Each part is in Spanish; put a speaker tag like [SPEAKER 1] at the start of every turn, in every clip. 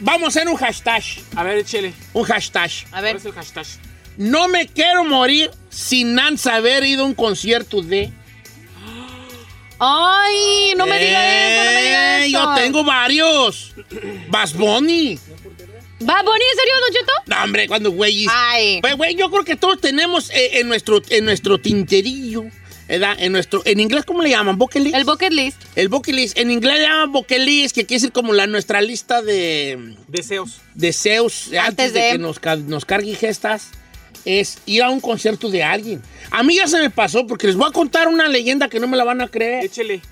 [SPEAKER 1] Vamos a hacer un hashtag.
[SPEAKER 2] A ver, échele.
[SPEAKER 1] Un hashtag.
[SPEAKER 3] A
[SPEAKER 2] ¿Cuál
[SPEAKER 3] ver,
[SPEAKER 2] es el hashtag?
[SPEAKER 1] No me quiero morir sin antes haber ido a un concierto de.
[SPEAKER 3] ay, no me diga eso, no me diga
[SPEAKER 1] Eh,
[SPEAKER 3] eso.
[SPEAKER 1] Yo tengo varios. Bas Bunny.
[SPEAKER 3] ¿Va Bonnie, en serio, Don Cheto?
[SPEAKER 1] No, hombre, cuando güey.
[SPEAKER 3] Ay.
[SPEAKER 1] Güey, güey, yo creo que todos tenemos eh, en, nuestro, en nuestro tinterillo, ¿verdad? En nuestro. ¿En inglés cómo le llaman? ¿Bucket list?
[SPEAKER 3] El bucket list.
[SPEAKER 1] El bucket list. En inglés le llaman bucket list, que quiere decir como la, nuestra lista de
[SPEAKER 2] Deseos.
[SPEAKER 1] deseos antes, de,
[SPEAKER 3] de-
[SPEAKER 1] que nos, ca- nos cargue gestas. Es ir a un concierto de alguien. A mí ya se me pasó porque les voy a contar una leyenda que no me la van a creer.
[SPEAKER 2] Échele.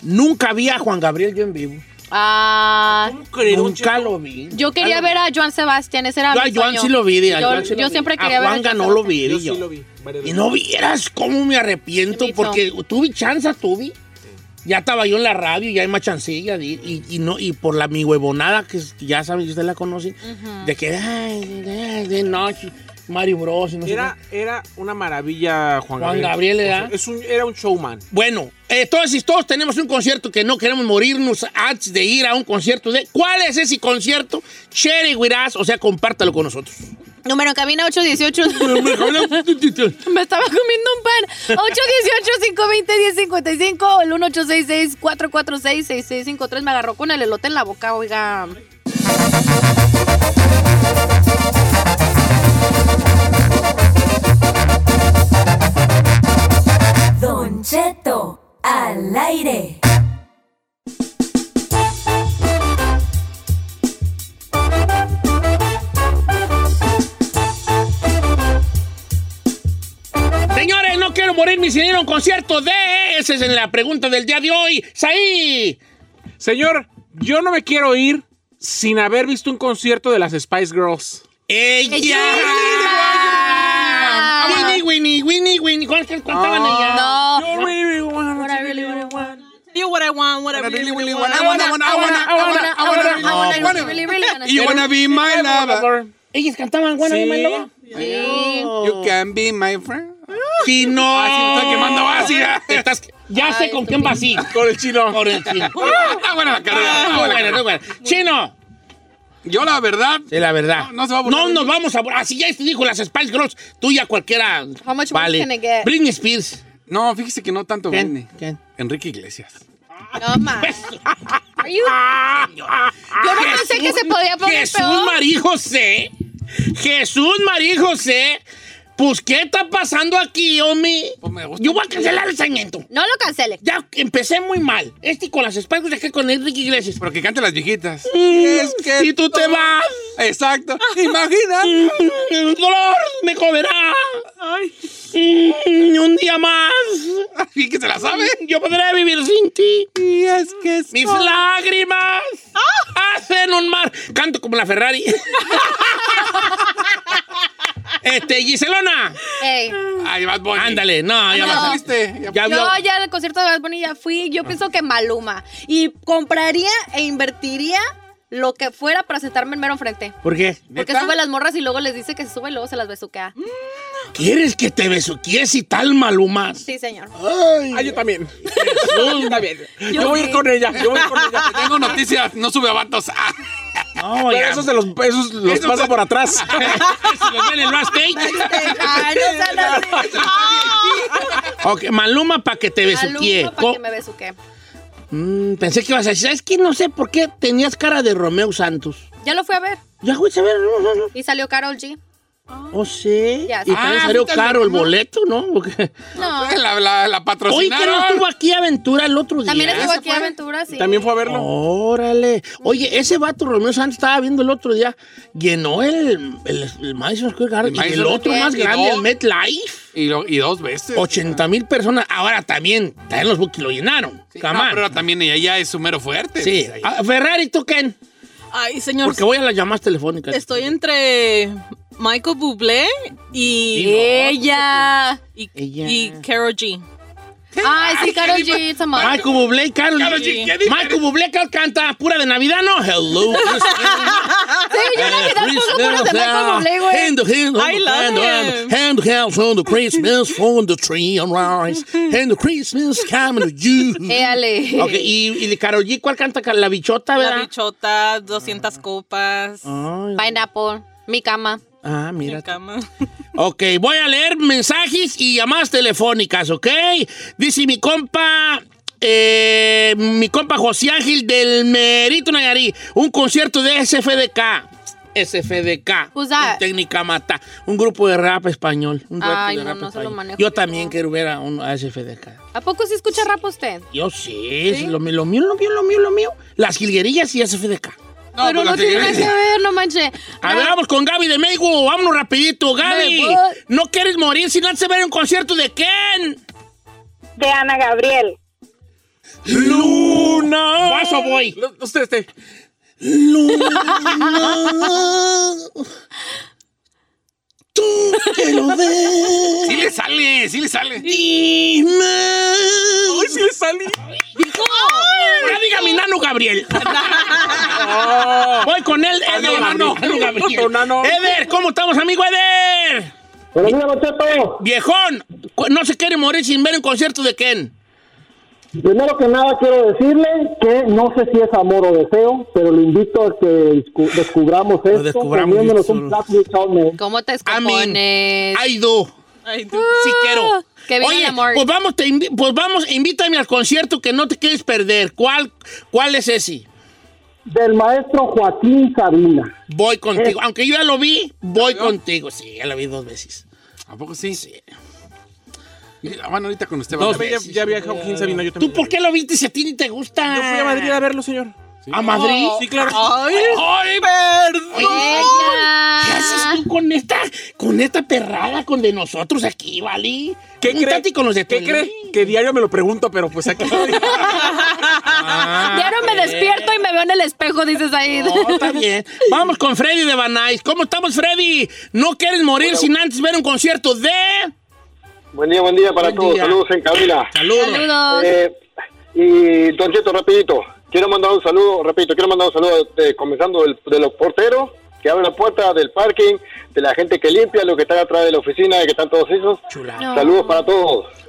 [SPEAKER 1] Nunca vi a Juan Gabriel yo en vivo.
[SPEAKER 3] Ah,
[SPEAKER 2] ¿Cómo creer, don
[SPEAKER 1] Nunca
[SPEAKER 2] Cheto?
[SPEAKER 1] lo vi. Ah,
[SPEAKER 3] yo quería ver a Joan Sebastián, ese era
[SPEAKER 1] Yo a
[SPEAKER 3] mi
[SPEAKER 1] Joan
[SPEAKER 3] sueño.
[SPEAKER 1] sí lo vi, diga,
[SPEAKER 3] Yo,
[SPEAKER 1] Joan sí lo
[SPEAKER 3] yo
[SPEAKER 1] vi.
[SPEAKER 3] siempre
[SPEAKER 1] A
[SPEAKER 3] quería ver a
[SPEAKER 1] Juanga
[SPEAKER 3] Joan
[SPEAKER 1] no lo vi,
[SPEAKER 3] Sebastián.
[SPEAKER 2] Yo
[SPEAKER 1] yo.
[SPEAKER 2] sí lo vi. varias
[SPEAKER 1] Y
[SPEAKER 2] veces.
[SPEAKER 1] no vieras cómo me arrepiento,
[SPEAKER 3] Sí, me
[SPEAKER 1] porque tuve chanza, tuve. Ya estaba yo en la radio y ya hay más chancilla de ir, y, y no, y por la mi huevonada, que es- ya saben que usted la conoce, de que, ay, ay, de noche, Mario Bros. y no sé
[SPEAKER 2] Era,
[SPEAKER 1] qué.
[SPEAKER 2] era una maravilla, Juan,
[SPEAKER 1] Juan Gabriel,
[SPEAKER 2] O sea,
[SPEAKER 1] ¿verdad?
[SPEAKER 2] es un, era un showman.
[SPEAKER 1] Bueno, entonces todos tenemos un concierto que no queremos morirnos antes de ir a un concierto de. ¿Cuál es ese concierto? Share it with us, o sea, compártalo con nosotros.
[SPEAKER 3] Número en cabina 818.
[SPEAKER 1] Don
[SPEAKER 3] Me estaba comiendo un pan. 818-520-1055 o el 1866-446-6653. Me agarró con el elote en la boca, oiga.
[SPEAKER 4] Don Cheto al aire.
[SPEAKER 1] Señores, no quiero morirme sin ir a un concierto de. Esa es la pregunta del día de hoy. ¡Saí!
[SPEAKER 2] Señor, yo no me quiero ir sin haber visto un concierto de las Spice Girls.
[SPEAKER 1] ¡Ella!
[SPEAKER 3] ¡Ella!
[SPEAKER 1] Winnie, Winnie, Winnie, Winnie. ¿Cuántas cantaban ella?
[SPEAKER 3] No.
[SPEAKER 2] Yo really, really wanna-
[SPEAKER 5] You what I want, what I
[SPEAKER 6] really,
[SPEAKER 5] really,
[SPEAKER 6] really
[SPEAKER 5] really
[SPEAKER 6] want.
[SPEAKER 5] want.
[SPEAKER 6] I wanna, I wanna, I wanna, I wanna, I wanna, I wanna.
[SPEAKER 3] really, really wanna.
[SPEAKER 6] You wanna be my lover.
[SPEAKER 1] Ellas cantaban Wanna Be My
[SPEAKER 2] Sí.
[SPEAKER 1] Lover.
[SPEAKER 3] Sí.
[SPEAKER 6] You can be my friend.
[SPEAKER 1] Sí, no.
[SPEAKER 6] ah,
[SPEAKER 2] está quemando ácida.
[SPEAKER 1] Estás- Ya sé
[SPEAKER 3] Ay,
[SPEAKER 1] con
[SPEAKER 3] tú
[SPEAKER 1] quién vas a ir.
[SPEAKER 2] Con el chino.
[SPEAKER 1] Con el chino.
[SPEAKER 6] Está buena la carrera. está
[SPEAKER 1] Ah,
[SPEAKER 6] buena la
[SPEAKER 1] bueno,
[SPEAKER 6] carrera.
[SPEAKER 1] no, bueno. Chino.
[SPEAKER 6] Yo la verdad.
[SPEAKER 1] Sí, la verdad.
[SPEAKER 6] No, no se va a burlar
[SPEAKER 1] No
[SPEAKER 6] de
[SPEAKER 1] nos vamos a burlar. Así ya te dijo las Spice Girls. Tuya cualquiera.
[SPEAKER 3] How much
[SPEAKER 1] vale.
[SPEAKER 3] money can I get?
[SPEAKER 1] Britney Spears.
[SPEAKER 6] No, fíjese que no tanto
[SPEAKER 1] ¿Quién?
[SPEAKER 6] viene.
[SPEAKER 1] ¿Quién?
[SPEAKER 6] Enrique Iglesias.
[SPEAKER 3] No, ma. Are you- Yo no pensé que se podía poner
[SPEAKER 1] Jesús
[SPEAKER 3] peor.
[SPEAKER 1] María José. Jesús María José. Pues, ¿qué está pasando aquí, homie?
[SPEAKER 6] Pues me gusta
[SPEAKER 1] Yo voy a cancelar el segmento.
[SPEAKER 3] No lo cancele.
[SPEAKER 1] Ya empecé muy mal. Este con las Spice Girls, que con Enrique Iglesias.
[SPEAKER 6] Pero que cante las viejitas.
[SPEAKER 1] si tú te vas,
[SPEAKER 6] Exacto. Imagina.
[SPEAKER 1] el dolor me comerá.
[SPEAKER 2] Ay.
[SPEAKER 1] Mm, Un día más.
[SPEAKER 6] Y que se la sabe.
[SPEAKER 1] Yo podré vivir sin ti.
[SPEAKER 6] Y es que es.
[SPEAKER 1] Mis lágrimas
[SPEAKER 3] Ah.
[SPEAKER 1] hacen un mar. Canto como la Ferrari. este, Giselona.
[SPEAKER 3] Ey.
[SPEAKER 6] Ay, Bad Bunny.
[SPEAKER 1] Ándale, no, ya
[SPEAKER 6] Ya la
[SPEAKER 1] vas a-
[SPEAKER 6] saliste. Ya-
[SPEAKER 1] Ya vio.
[SPEAKER 3] Yo ya al concierto de Bad Bunny ya fui. Yo pienso que Maluma. Y compraría e invertiría lo que fuera para sentarme en mero enfrente.
[SPEAKER 1] ¿Por qué?
[SPEAKER 3] Porque
[SPEAKER 6] ¿Neta?
[SPEAKER 3] sube las morras y luego les dice que se sube y luego se las besuquea.
[SPEAKER 1] ¿Quieres que te beso? ¿Quieres y tal malumas?
[SPEAKER 3] Sí, señor.
[SPEAKER 2] Ay, Ah, yo también. Yo también. Yo voy a ir con ella. Yo voy a ir con ella.
[SPEAKER 6] Tengo noticias. No sube a vatos. Ah,
[SPEAKER 1] No,
[SPEAKER 2] Pero
[SPEAKER 1] ya.
[SPEAKER 2] esos se los, esos los
[SPEAKER 6] Esos
[SPEAKER 2] pasa
[SPEAKER 6] son-
[SPEAKER 2] por atrás.
[SPEAKER 1] Se los ven en el backstage.
[SPEAKER 3] Ay, no sean así.
[SPEAKER 1] Ok, Maluma para que te besuquee.
[SPEAKER 3] Maluma para que me besuquee.
[SPEAKER 1] Mm, pensé que ibas a decir, es que no sé por qué tenías cara de Romeo Santos.
[SPEAKER 3] Ya lo fui a ver.
[SPEAKER 1] Ya, güey, se ve. No, no, no.
[SPEAKER 3] Y salió Carol G.
[SPEAKER 1] Oh, sí.
[SPEAKER 3] Ya
[SPEAKER 1] Y
[SPEAKER 3] sé.
[SPEAKER 1] también
[SPEAKER 6] Ah,
[SPEAKER 1] salió
[SPEAKER 6] fíjate,
[SPEAKER 1] caro el
[SPEAKER 6] ¿no?
[SPEAKER 1] boleto, ¿no? Porque-
[SPEAKER 3] No.
[SPEAKER 6] La,
[SPEAKER 1] Hoy
[SPEAKER 6] la, la
[SPEAKER 1] que no
[SPEAKER 6] patrocinaron.
[SPEAKER 1] estuvo aquí Aventura el otro día.
[SPEAKER 3] También estuvo
[SPEAKER 6] ¿Ese
[SPEAKER 3] aquí
[SPEAKER 6] fue?
[SPEAKER 3] Aventura, sí.
[SPEAKER 2] También fue a verlo.
[SPEAKER 1] Órale. Oye, ese vato Romeo Santos estaba viendo el otro día, llenó el, el, el Madison Square Garden
[SPEAKER 6] El
[SPEAKER 1] y
[SPEAKER 6] Madison
[SPEAKER 1] el otro
[SPEAKER 3] Square
[SPEAKER 1] más
[SPEAKER 6] Garden.
[SPEAKER 1] grande,
[SPEAKER 6] No.
[SPEAKER 1] el MetLife.
[SPEAKER 6] Y, lo- y dos veces.
[SPEAKER 1] 80 mil personas. Ahora también, también los Buki lo llenaron.
[SPEAKER 6] Sí,
[SPEAKER 1] Come
[SPEAKER 6] no,
[SPEAKER 1] on.
[SPEAKER 6] pero también ella ya es su mero fuerte.
[SPEAKER 1] sí.
[SPEAKER 6] Ahí.
[SPEAKER 1] Ah, Ferrari, ¿tú quién?
[SPEAKER 5] Ay, señor.
[SPEAKER 1] Porque voy a las llamadas telefónicas.
[SPEAKER 5] Estoy entre Michael Bublé y
[SPEAKER 1] Sí, no.
[SPEAKER 5] ella. Y,
[SPEAKER 1] Ella.
[SPEAKER 5] y Karol G.
[SPEAKER 3] Ay, sí, Karol G, it's a must.
[SPEAKER 1] Michael Bublé, y Karol
[SPEAKER 6] Karol
[SPEAKER 1] G.
[SPEAKER 6] G, qué diferente.
[SPEAKER 1] Michael Bublé Karol canta pura de Navidad, ¿no? Hello,
[SPEAKER 3] Sí, yo en Navidad pongo puras de Michael Bublé, güey.
[SPEAKER 1] Hand to hand,
[SPEAKER 5] I love
[SPEAKER 1] hand,
[SPEAKER 5] him.
[SPEAKER 1] hand to hand on the Christmas on the tree and rise. And the Christmas coming to you.
[SPEAKER 3] Éale.
[SPEAKER 1] Ok, y, y de Karol G, ¿cuál canta? La bichota,
[SPEAKER 5] La
[SPEAKER 1] ¿verdad?
[SPEAKER 5] bichota, 200
[SPEAKER 1] Ah.
[SPEAKER 5] copas.
[SPEAKER 1] Ay,
[SPEAKER 3] Pineapple, mi cama.
[SPEAKER 1] ah, mira.
[SPEAKER 5] mi cama.
[SPEAKER 1] Ok, voy a leer mensajes y llamadas telefónicas, ¿ok? Dice mi compa, eh, mi compa José Ángel del Merito Nayarí, un concierto de SFDK. SFDK.
[SPEAKER 3] Who's that?
[SPEAKER 1] Técnica Mata. Un grupo de rap español. Un grupo
[SPEAKER 3] Ay,
[SPEAKER 1] de
[SPEAKER 3] no,
[SPEAKER 1] rap
[SPEAKER 3] no se lo
[SPEAKER 1] español.
[SPEAKER 3] manejo
[SPEAKER 1] Yo
[SPEAKER 3] yo.
[SPEAKER 1] también quiero ver a un a SFDK.
[SPEAKER 3] ¿A poco sí escucha rap usted?
[SPEAKER 1] Yo sí, lo, mío, lo mío, lo mío, lo mío, lo mío. Las jilguerillas y SFDK.
[SPEAKER 3] Pero
[SPEAKER 6] pues
[SPEAKER 3] no
[SPEAKER 6] la
[SPEAKER 3] tiene nada
[SPEAKER 6] señora-
[SPEAKER 3] que ver, no manches.
[SPEAKER 1] A ver, vamos con Gaby de Meigo. Vámonos rapidito, Gaby.
[SPEAKER 3] Me voy.
[SPEAKER 1] ¿No quieres morir sin antes de ver un concierto de quién?
[SPEAKER 7] de Ana Gabriel.
[SPEAKER 1] Luna. Paso voy.
[SPEAKER 2] No, Usted, usted.
[SPEAKER 1] Luna. Tú que lo ves.
[SPEAKER 6] Sí le sale, sí le sale.
[SPEAKER 1] Dime.
[SPEAKER 2] ¡Ay, sí le salí!
[SPEAKER 1] Ya diga mi nano Gabriel. Voy con él, Eder.
[SPEAKER 2] Nano.
[SPEAKER 1] Nano Gabriel.
[SPEAKER 2] Don Nano.
[SPEAKER 1] Eder, ¿cómo estamos, amigo Eder?
[SPEAKER 7] Buenos días, Cheto.
[SPEAKER 1] Viejón, cu- no se quiere morir sin ver un concierto de Ken.
[SPEAKER 7] Primero que nada quiero decirle que no sé si es amor o deseo, pero le invito a que descu- descubramos esto
[SPEAKER 1] descubramos
[SPEAKER 7] comiéndonos
[SPEAKER 1] esto.
[SPEAKER 7] un plato de chaume.
[SPEAKER 3] ¿Cómo te
[SPEAKER 1] I mean,
[SPEAKER 3] escopones?
[SPEAKER 1] I do.
[SPEAKER 5] Ay, tú.
[SPEAKER 1] Sí quiero.
[SPEAKER 3] Ah, que viva
[SPEAKER 1] Oye,
[SPEAKER 3] el amor.
[SPEAKER 1] pues vamos, te invi- pues vamos, invítame al concierto que no te quieres perder. ¿Cuál, cuál es ese?
[SPEAKER 7] Del maestro Joaquín Sabina.
[SPEAKER 1] Voy contigo. Aunque yo ya lo vi, voy contigo. Sí, ya lo vi dos veces.
[SPEAKER 6] ¿A poco sí? Mira, Bueno, ahorita con usted va
[SPEAKER 1] Dos
[SPEAKER 6] a ver.
[SPEAKER 2] este Ya, ya viajó 15 vino, yo
[SPEAKER 1] ¿Tú
[SPEAKER 2] también.
[SPEAKER 1] por qué lo viste si a ti ni te gusta?
[SPEAKER 2] Yo fui a Madrid a verlo, señor.
[SPEAKER 1] ¿A Madrid?
[SPEAKER 2] Sí, claro.
[SPEAKER 5] Ay,
[SPEAKER 1] ¡Ay,
[SPEAKER 5] perdón.
[SPEAKER 1] ¿Qué haces
[SPEAKER 3] Ella.
[SPEAKER 1] tú con esta, con esta perrada con de nosotros aquí, Vali?
[SPEAKER 2] ¿Qué cree?
[SPEAKER 1] Júntate con los de
[SPEAKER 2] ¿Qué
[SPEAKER 1] Tulum.
[SPEAKER 2] cree? Que diario me lo pregunto, pero pues aquí estoy.
[SPEAKER 1] Ah,
[SPEAKER 3] Diario me
[SPEAKER 1] eh.
[SPEAKER 3] despierto y me veo en el espejo, dices ahí.
[SPEAKER 1] No, está bien. Vamos con Freddy de Banais. ¿Cómo estamos, Freddy? No quieres morir sin antes ver un concierto de...
[SPEAKER 8] Buen día, buen día para
[SPEAKER 1] Buen
[SPEAKER 8] todos.
[SPEAKER 1] día.
[SPEAKER 8] Saludos en cabina.
[SPEAKER 1] Saludos.
[SPEAKER 3] Saludos.
[SPEAKER 8] Eh, y Don Cheto, rapidito, quiero mandar un saludo, repito, quiero mandar un saludo de- comenzando del- de los porteros que abren la puerta del parking, de la gente que limpia, los que están atrás de la oficina, que están todos esos.
[SPEAKER 1] Chulada.
[SPEAKER 8] Saludos para todos.
[SPEAKER 1] abrazo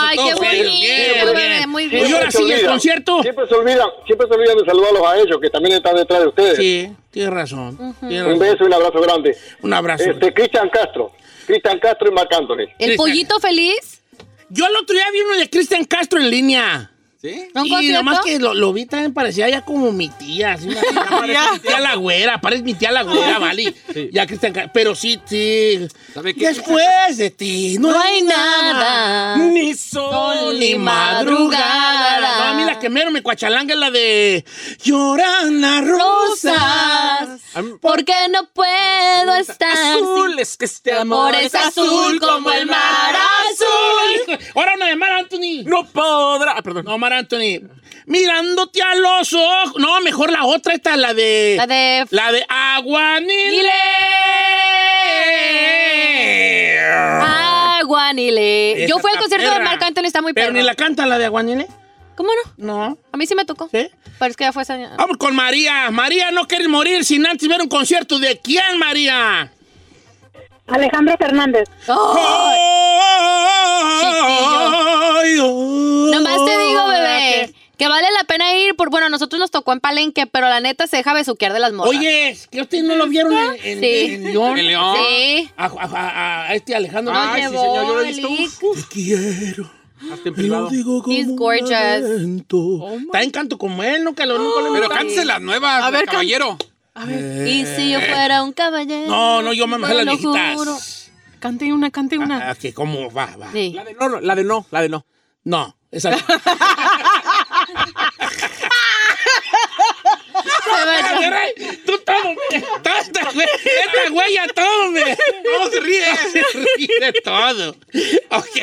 [SPEAKER 1] a
[SPEAKER 3] Ay, qué
[SPEAKER 1] todos
[SPEAKER 3] bonito.
[SPEAKER 1] ellos. Bien, bien.
[SPEAKER 3] Muy
[SPEAKER 1] Pues Y
[SPEAKER 8] Siempre
[SPEAKER 3] bien.
[SPEAKER 1] ahora
[SPEAKER 8] se
[SPEAKER 1] sí, el
[SPEAKER 8] olvidan,
[SPEAKER 1] concierto.
[SPEAKER 8] Siempre se olvidan, siempre se olvidan de saludarlos a ellos, que también están detrás de ustedes.
[SPEAKER 1] Sí, tienes razón. tienes
[SPEAKER 8] Un
[SPEAKER 1] razón.
[SPEAKER 8] beso y un abrazo grande.
[SPEAKER 1] Un abrazo.
[SPEAKER 8] Este, Cristian Castro, Cristian Castro y Marc Anthony.
[SPEAKER 3] El pollito feliz.
[SPEAKER 1] Yo el otro día vi uno de Cristian Castro en línea.
[SPEAKER 6] ¿Sí?
[SPEAKER 3] ¿Un
[SPEAKER 1] y
[SPEAKER 3] concierto?
[SPEAKER 1] nomás que lo, lo vi también parecía ya como mi tía. Así una- parece mi tía la güera, parece mi tía la güera, ¿vale? Ya Cristian Castro. Pero sí, sí.
[SPEAKER 6] ¿Sabe qué?
[SPEAKER 1] Después de ti no,
[SPEAKER 3] No hay nada.
[SPEAKER 2] Ni sol.
[SPEAKER 1] Ni madrugada. No, a mí la que mero me cuachalanga es la de Lloran las rosas.
[SPEAKER 3] Rosas. Porque no puedo estar.
[SPEAKER 2] Azul, es que este amor
[SPEAKER 3] Amor es azul como el mar azul.
[SPEAKER 1] Ahora una de Mar Anthony.
[SPEAKER 2] no podrá. Ah, perdón.
[SPEAKER 1] No, Mar Anthony. Mirándote a los ojos. No, mejor la otra, esta, la de.
[SPEAKER 3] La de-
[SPEAKER 1] La de Aguanile.
[SPEAKER 3] Aguanile. Ah, Yo fui al concierto de Marc Anthony, está muy
[SPEAKER 1] Pero ni
[SPEAKER 3] perro.
[SPEAKER 1] la canta la de Aguanile.
[SPEAKER 3] ¿Cómo no?
[SPEAKER 1] No.
[SPEAKER 3] A mí sí me tocó.
[SPEAKER 1] ¿Sí? Ah,
[SPEAKER 3] Pero es que ya fue esa.
[SPEAKER 1] Vamos con María. María, no quieres morir sin antes ver un concierto. ¿De quién, María?
[SPEAKER 7] Alejandro Fernández.
[SPEAKER 3] ¡Oh!
[SPEAKER 1] Ay, ay,
[SPEAKER 3] Nomás te digo, bebé,
[SPEAKER 1] que-
[SPEAKER 3] que vale la pena ir. Por, bueno, a nosotros nos tocó en Palenque, pero la neta se deja besuquear de las morras.
[SPEAKER 1] Oye, que ustedes no lo vieron en, en-
[SPEAKER 3] Sí.
[SPEAKER 1] en León.
[SPEAKER 6] En León. Ah.
[SPEAKER 3] Sí.
[SPEAKER 1] A, a- a- a este Alejandro.
[SPEAKER 3] Nos
[SPEAKER 2] Ay, sí,
[SPEAKER 3] llevó
[SPEAKER 2] señor, yo lo he
[SPEAKER 3] el
[SPEAKER 2] visto.
[SPEAKER 3] Ic.
[SPEAKER 1] Te quiero.
[SPEAKER 2] Hasta en
[SPEAKER 1] y lo
[SPEAKER 2] privado.
[SPEAKER 1] digo como
[SPEAKER 3] He's
[SPEAKER 1] un
[SPEAKER 3] gorgeous. Oh
[SPEAKER 1] lamento. Está en canto como él, nunca lo nunca lo-
[SPEAKER 6] Pero cántese las nuevas,
[SPEAKER 5] A ver, can-
[SPEAKER 6] caballero.
[SPEAKER 3] Y si yo fuera un caballero.
[SPEAKER 1] No, no, yo me
[SPEAKER 3] te
[SPEAKER 1] mejor
[SPEAKER 3] lo
[SPEAKER 1] las
[SPEAKER 3] juro.
[SPEAKER 1] viejitas.
[SPEAKER 5] Cante una, cante una.
[SPEAKER 1] Ah, que cómo va, va.
[SPEAKER 3] Sí.
[SPEAKER 2] La de no, no, la de no, la de no.
[SPEAKER 1] No, esa no. Ay, Tú todo, me- todo esta, güey- esta huella, todo, me. No se ríe. Se ríe de todo. Ok,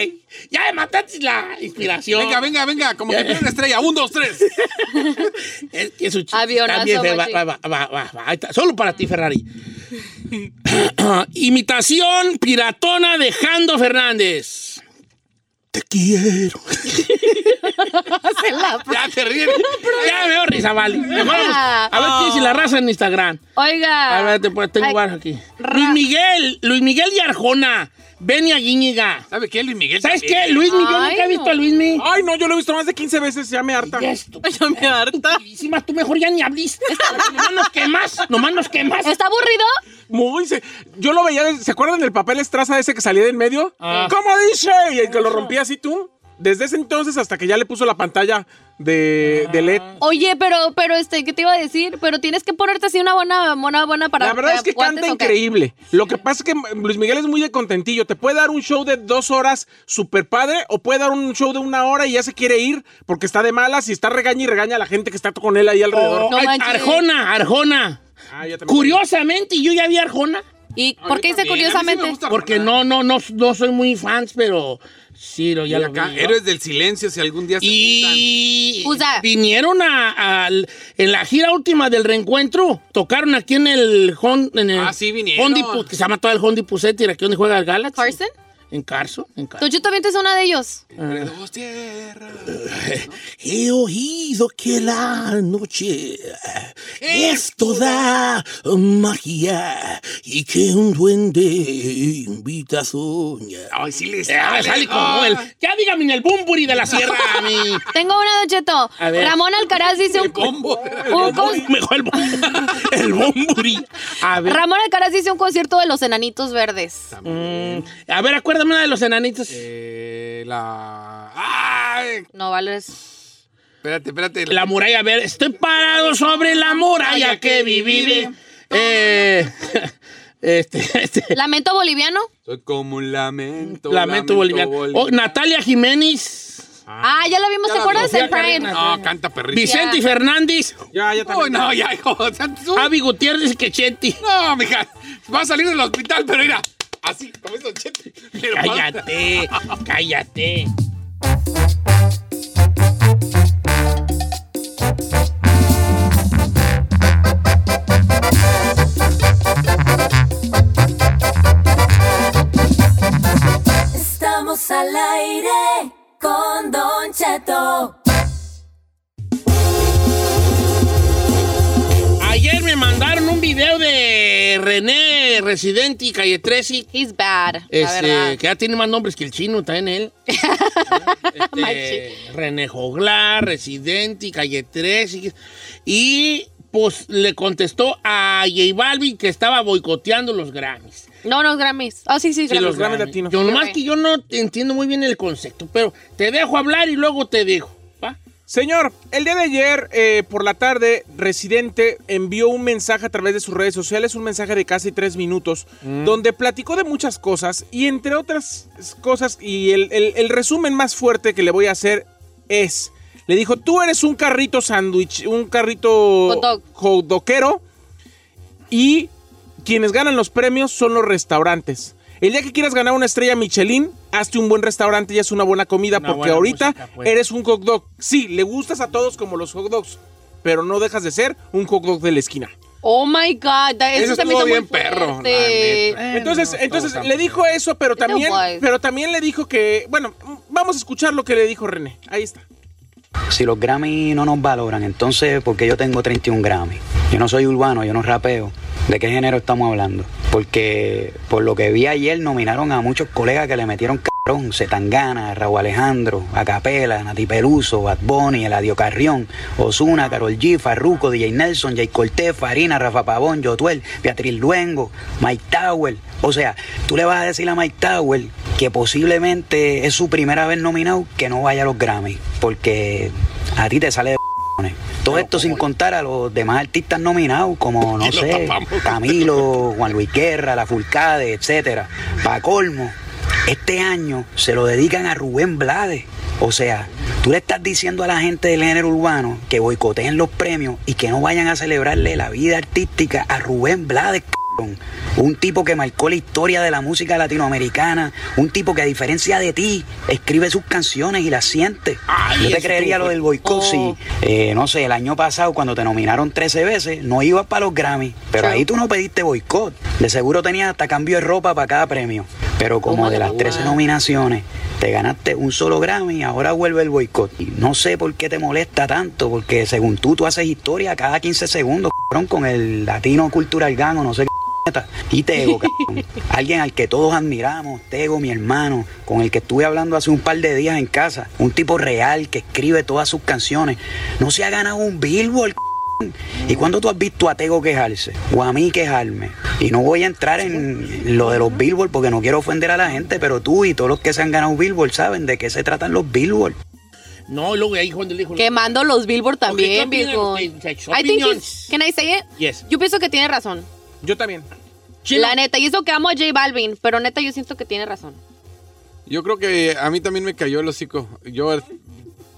[SPEAKER 1] ya me mataste la inspiración.
[SPEAKER 6] Venga, venga, venga, como
[SPEAKER 1] Eh.
[SPEAKER 6] que tiene una estrella. Un, dos, tres.
[SPEAKER 1] Es que su chiste
[SPEAKER 3] Avionazo,
[SPEAKER 1] está bien feo. Va,
[SPEAKER 3] machi.
[SPEAKER 1] va, va, va, va, va. Ahí está. Solo para ti, Ferrari. Imitación piratona de Jando Fernández. Te quiero.
[SPEAKER 3] Se la-
[SPEAKER 1] Ya se ríen. ya veo risa, vale. Mejor vamos a ver qué dice la raza en Instagram.
[SPEAKER 3] Oiga.
[SPEAKER 1] A ver, te- pues, tengo
[SPEAKER 3] Ay,
[SPEAKER 1] varios aquí.
[SPEAKER 3] ra-
[SPEAKER 1] Luis Miguel, Luis Miguel y Arjona. Benia Guíñiga.
[SPEAKER 6] ¿Sabe qué, Luis Miguel?
[SPEAKER 1] ¿Sabes
[SPEAKER 6] también?
[SPEAKER 1] qué? Luis Miguel, yo
[SPEAKER 3] Ay,
[SPEAKER 1] nunca he visto
[SPEAKER 3] no.
[SPEAKER 1] a Luis Miguel.
[SPEAKER 2] Ay, no, yo lo he visto más de 15 veces, ya me harta.
[SPEAKER 5] Ya me harta.
[SPEAKER 1] Tú mejor ya ni habliste. nomás nos quemas. Nomás nos quemas.
[SPEAKER 3] ¿Está aburrido?
[SPEAKER 2] Muy, se- yo lo veía, ¿se acuerdan del papel estraza ese que salía del medio?
[SPEAKER 3] Ah.
[SPEAKER 2] ¿Cómo dice? Y el que lo rompía así tú. Desde ese entonces hasta que ya le puso la pantalla de,
[SPEAKER 3] Ah.
[SPEAKER 2] de LED.
[SPEAKER 3] Oye, pero, pero este, ¿qué te iba a decir? Pero tienes que ponerte así una buena, buena, buena para
[SPEAKER 2] la verdad es que
[SPEAKER 3] aguantes,
[SPEAKER 2] canta
[SPEAKER 3] ¿o qué?
[SPEAKER 2] increíble. Lo que pasa es que Luis Miguel es muy de contentillo. Te puede dar un show de dos horas super padre o puede dar un show de una hora y ya se quiere ir porque está de malas y está regaña y regaña a la gente que está con él ahí alrededor.
[SPEAKER 1] Oh,
[SPEAKER 3] No
[SPEAKER 1] ay,
[SPEAKER 3] manches.
[SPEAKER 1] Arjona, Arjona.
[SPEAKER 2] Ah, yo también-
[SPEAKER 1] Curiosamente, yo ya vi a Arjona.
[SPEAKER 3] ¿Y por qué dice
[SPEAKER 6] Bien, a mí sí me
[SPEAKER 3] curiosamente?
[SPEAKER 6] gusta
[SPEAKER 1] Porque
[SPEAKER 6] Arjona.
[SPEAKER 1] no, no, no, no soy muy fans, pero sí, lo- ya
[SPEAKER 6] Y
[SPEAKER 1] lo
[SPEAKER 6] acá,
[SPEAKER 1] vi.
[SPEAKER 6] héroes del silencio, si algún día se
[SPEAKER 1] Y
[SPEAKER 3] O sea-
[SPEAKER 1] vinieron a, al- en la gira última del reencuentro, tocaron aquí en el Hon- en el
[SPEAKER 6] Ah, sí, vinieron.
[SPEAKER 1] Hondi Pu- que se llama todo el Hondi Pusetti, aquí donde juega el Galaxy.
[SPEAKER 3] ¿Carson?
[SPEAKER 1] En Carson, en Carson.
[SPEAKER 3] Tochito también es una de ellos.
[SPEAKER 1] Ah.
[SPEAKER 6] juntan. Dos tierras.
[SPEAKER 1] He oído que la noche
[SPEAKER 6] Eh,
[SPEAKER 1] es toda magia y que un duende invita a soñar.
[SPEAKER 6] Ay, sí les
[SPEAKER 1] Ah, sale como el, ya dígame en el Bumburi de la Sierra a mí.
[SPEAKER 3] Tengo una, Don Cheto.
[SPEAKER 1] A ver.
[SPEAKER 3] Ramón Alcaraz dice un.
[SPEAKER 6] Bombo.
[SPEAKER 3] un
[SPEAKER 1] El
[SPEAKER 3] con-
[SPEAKER 1] Bum- Mejor el, Bum- el Bumburi. A ver,
[SPEAKER 3] Ramón Alcaraz dice un concierto de los enanitos verdes.
[SPEAKER 1] mm, a ver, acuérdame una de los enanitos.
[SPEAKER 6] Eh, la. ¡Ay!
[SPEAKER 3] No vales.
[SPEAKER 6] Espérate, espérate.
[SPEAKER 1] La muralla, a ver, estoy parado sobre la muralla que viviré. Eh, este, este.
[SPEAKER 3] Lamento boliviano.
[SPEAKER 6] Soy como un lamento.
[SPEAKER 1] Lamento boliviano. Oh, Natalia Jiménez,
[SPEAKER 3] Ah, ya la vimos,
[SPEAKER 6] Ya
[SPEAKER 3] ¿te
[SPEAKER 6] la
[SPEAKER 3] acuerdas?
[SPEAKER 1] vi.
[SPEAKER 3] En Pride.
[SPEAKER 6] No, canta perrito.
[SPEAKER 1] Vicente
[SPEAKER 3] Ya.
[SPEAKER 1] Fernández,
[SPEAKER 2] Ya, ya también.
[SPEAKER 6] Uy, no, ya, hijo. o sea, tú-
[SPEAKER 1] Avi Gutiérrez y Quechenti.
[SPEAKER 6] No, mija. Va a salir del hospital, pero mira. Así, como es chete. Pero
[SPEAKER 1] Cállate, cállate.
[SPEAKER 4] Estamos al aire con Don Cheto.
[SPEAKER 1] Ayer me mandaron un video de René Residente y Calle 13.
[SPEAKER 3] He's bad, la
[SPEAKER 1] Este,
[SPEAKER 3] verdad.
[SPEAKER 1] que ya tiene más nombres que el chino, está en él. Este, René Joglar, Residente, y Calle 3. Y, y, pues le contestó a J Balvin que estaba boicoteando los Grammys.
[SPEAKER 3] No, los Grammys. Ah, sí, sí,
[SPEAKER 1] Sí,
[SPEAKER 3] Grammys.
[SPEAKER 1] los Grammys
[SPEAKER 2] latinos.
[SPEAKER 1] Yo nomás
[SPEAKER 3] Ok.
[SPEAKER 1] que yo no entiendo muy bien el concepto, pero te dejo hablar y luego te digo. ¿va?
[SPEAKER 2] Señor, el día de ayer eh, por la tarde, Residente envió un mensaje a través de sus redes sociales, un mensaje de casi tres minutos, donde platicó de muchas cosas y entre otras cosas, y el, el- el resumen más fuerte que le voy a hacer es, le dijo, tú eres un carrito sándwich, un carrito
[SPEAKER 3] Hot dog.
[SPEAKER 2] hotdoquero, y quienes ganan los premios son los restaurantes. El día que quieras ganar una estrella Michelin, hazte un buen restaurante y haz una buena comida
[SPEAKER 1] Una
[SPEAKER 2] porque
[SPEAKER 1] buena
[SPEAKER 2] ahorita
[SPEAKER 1] música, pues.
[SPEAKER 2] eres un hot dog. Sí, le gustas a todos como los hot dogs, pero no dejas de ser un hot dog de la esquina.
[SPEAKER 3] Oh my God. that- Eso,
[SPEAKER 6] Eso
[SPEAKER 3] se me
[SPEAKER 6] estuvo
[SPEAKER 3] hizo muy
[SPEAKER 6] bien perro, la
[SPEAKER 3] fuerte.
[SPEAKER 6] neta.
[SPEAKER 2] entonces, entonces
[SPEAKER 6] estamos
[SPEAKER 2] le dijo eso, pero
[SPEAKER 3] Está
[SPEAKER 2] también,
[SPEAKER 3] guay.
[SPEAKER 2] pero también le dijo que, bueno, vamos a escuchar lo que le dijo René. Ahí está.
[SPEAKER 9] Si los Grammy no nos valoran, entonces, ¿por qué yo tengo 31 Grammy? Yo no soy urbano, yo no rapeo. ¿De qué género estamos hablando? Porque por lo que vi ayer, nominaron a muchos colegas que le metieron cabrón, Setangana, Raúl Alejandro, Acapela, Nati Peluso, Bad Bunny, Eladio Carrión, Osuna, Carol G, Farruko, DJ Nelson, Jay Cortés, Farina, Rafa Pavón, Yotuel, Beatriz Luengo, Mike Tower. O sea, tú le vas a decir a Mike Tower que posiblemente es su primera vez nominado que no vaya a los Grammy, porque a ti te sale de cojones. todo esto sin contar a los demás artistas nominados, como no sé, Camilo, Juan Luis Guerra, La Fulcade, etcétera. Pa' colmo, este año se lo dedican a Rubén Blades. O sea, tú le estás diciendo a la gente del género urbano que boicoteen los premios y que no vayan a celebrarle la vida artística a Rubén Blades, cabrón. Un tipo que marcó la historia de la música latinoamericana, un tipo que a diferencia de ti, escribe sus canciones y las siente.
[SPEAKER 1] Ay,
[SPEAKER 9] Yo te
[SPEAKER 1] eso
[SPEAKER 9] creería
[SPEAKER 1] estuvo
[SPEAKER 9] lo del boicot si, eh, no sé, el año pasado cuando te nominaron 13 veces, no ibas para los Grammy, pero ahí tú no pediste boicot. De seguro tenías hasta cambio de ropa para cada premio. Pero como de las 13 nominaciones, te ganaste un solo Grammy y ahora vuelve el boicot. Y no sé por qué te molesta tanto, porque según tú, tú haces historia cada 15 segundos, cabrón, con el latino cultural gano, no sé qué. puñeta. Y Tego, cabrón. alguien al que todos admiramos, Tego, mi hermano, con el que estuve hablando hace un par de días en casa, un tipo real que escribe todas sus canciones, no se ha ganado un Billboard. cabrón. ¿Y cuando tú has visto a Tego quejarse? O a mí quejarme. Y no voy a entrar en lo de los Billboard porque no quiero ofender a la gente, pero tú y todos los que se han ganado Billboard saben de qué se tratan los Billboard.
[SPEAKER 1] No, luego ahí cuando le dijo...
[SPEAKER 3] Quemando los Billboard también,
[SPEAKER 1] ¿qué
[SPEAKER 3] viejo.
[SPEAKER 1] opinan
[SPEAKER 3] I
[SPEAKER 1] ustedes? Sus
[SPEAKER 3] think
[SPEAKER 1] opiniones.
[SPEAKER 3] he's- can I say it?
[SPEAKER 1] Yes.
[SPEAKER 3] Yo pienso que tiene razón.
[SPEAKER 2] Yo también.
[SPEAKER 1] Chino,
[SPEAKER 3] La neta, y eso que amo a J Balvin, pero neta yo siento que tiene razón.
[SPEAKER 6] Yo creo que eh, a mí también me cayó el hocico. Yo.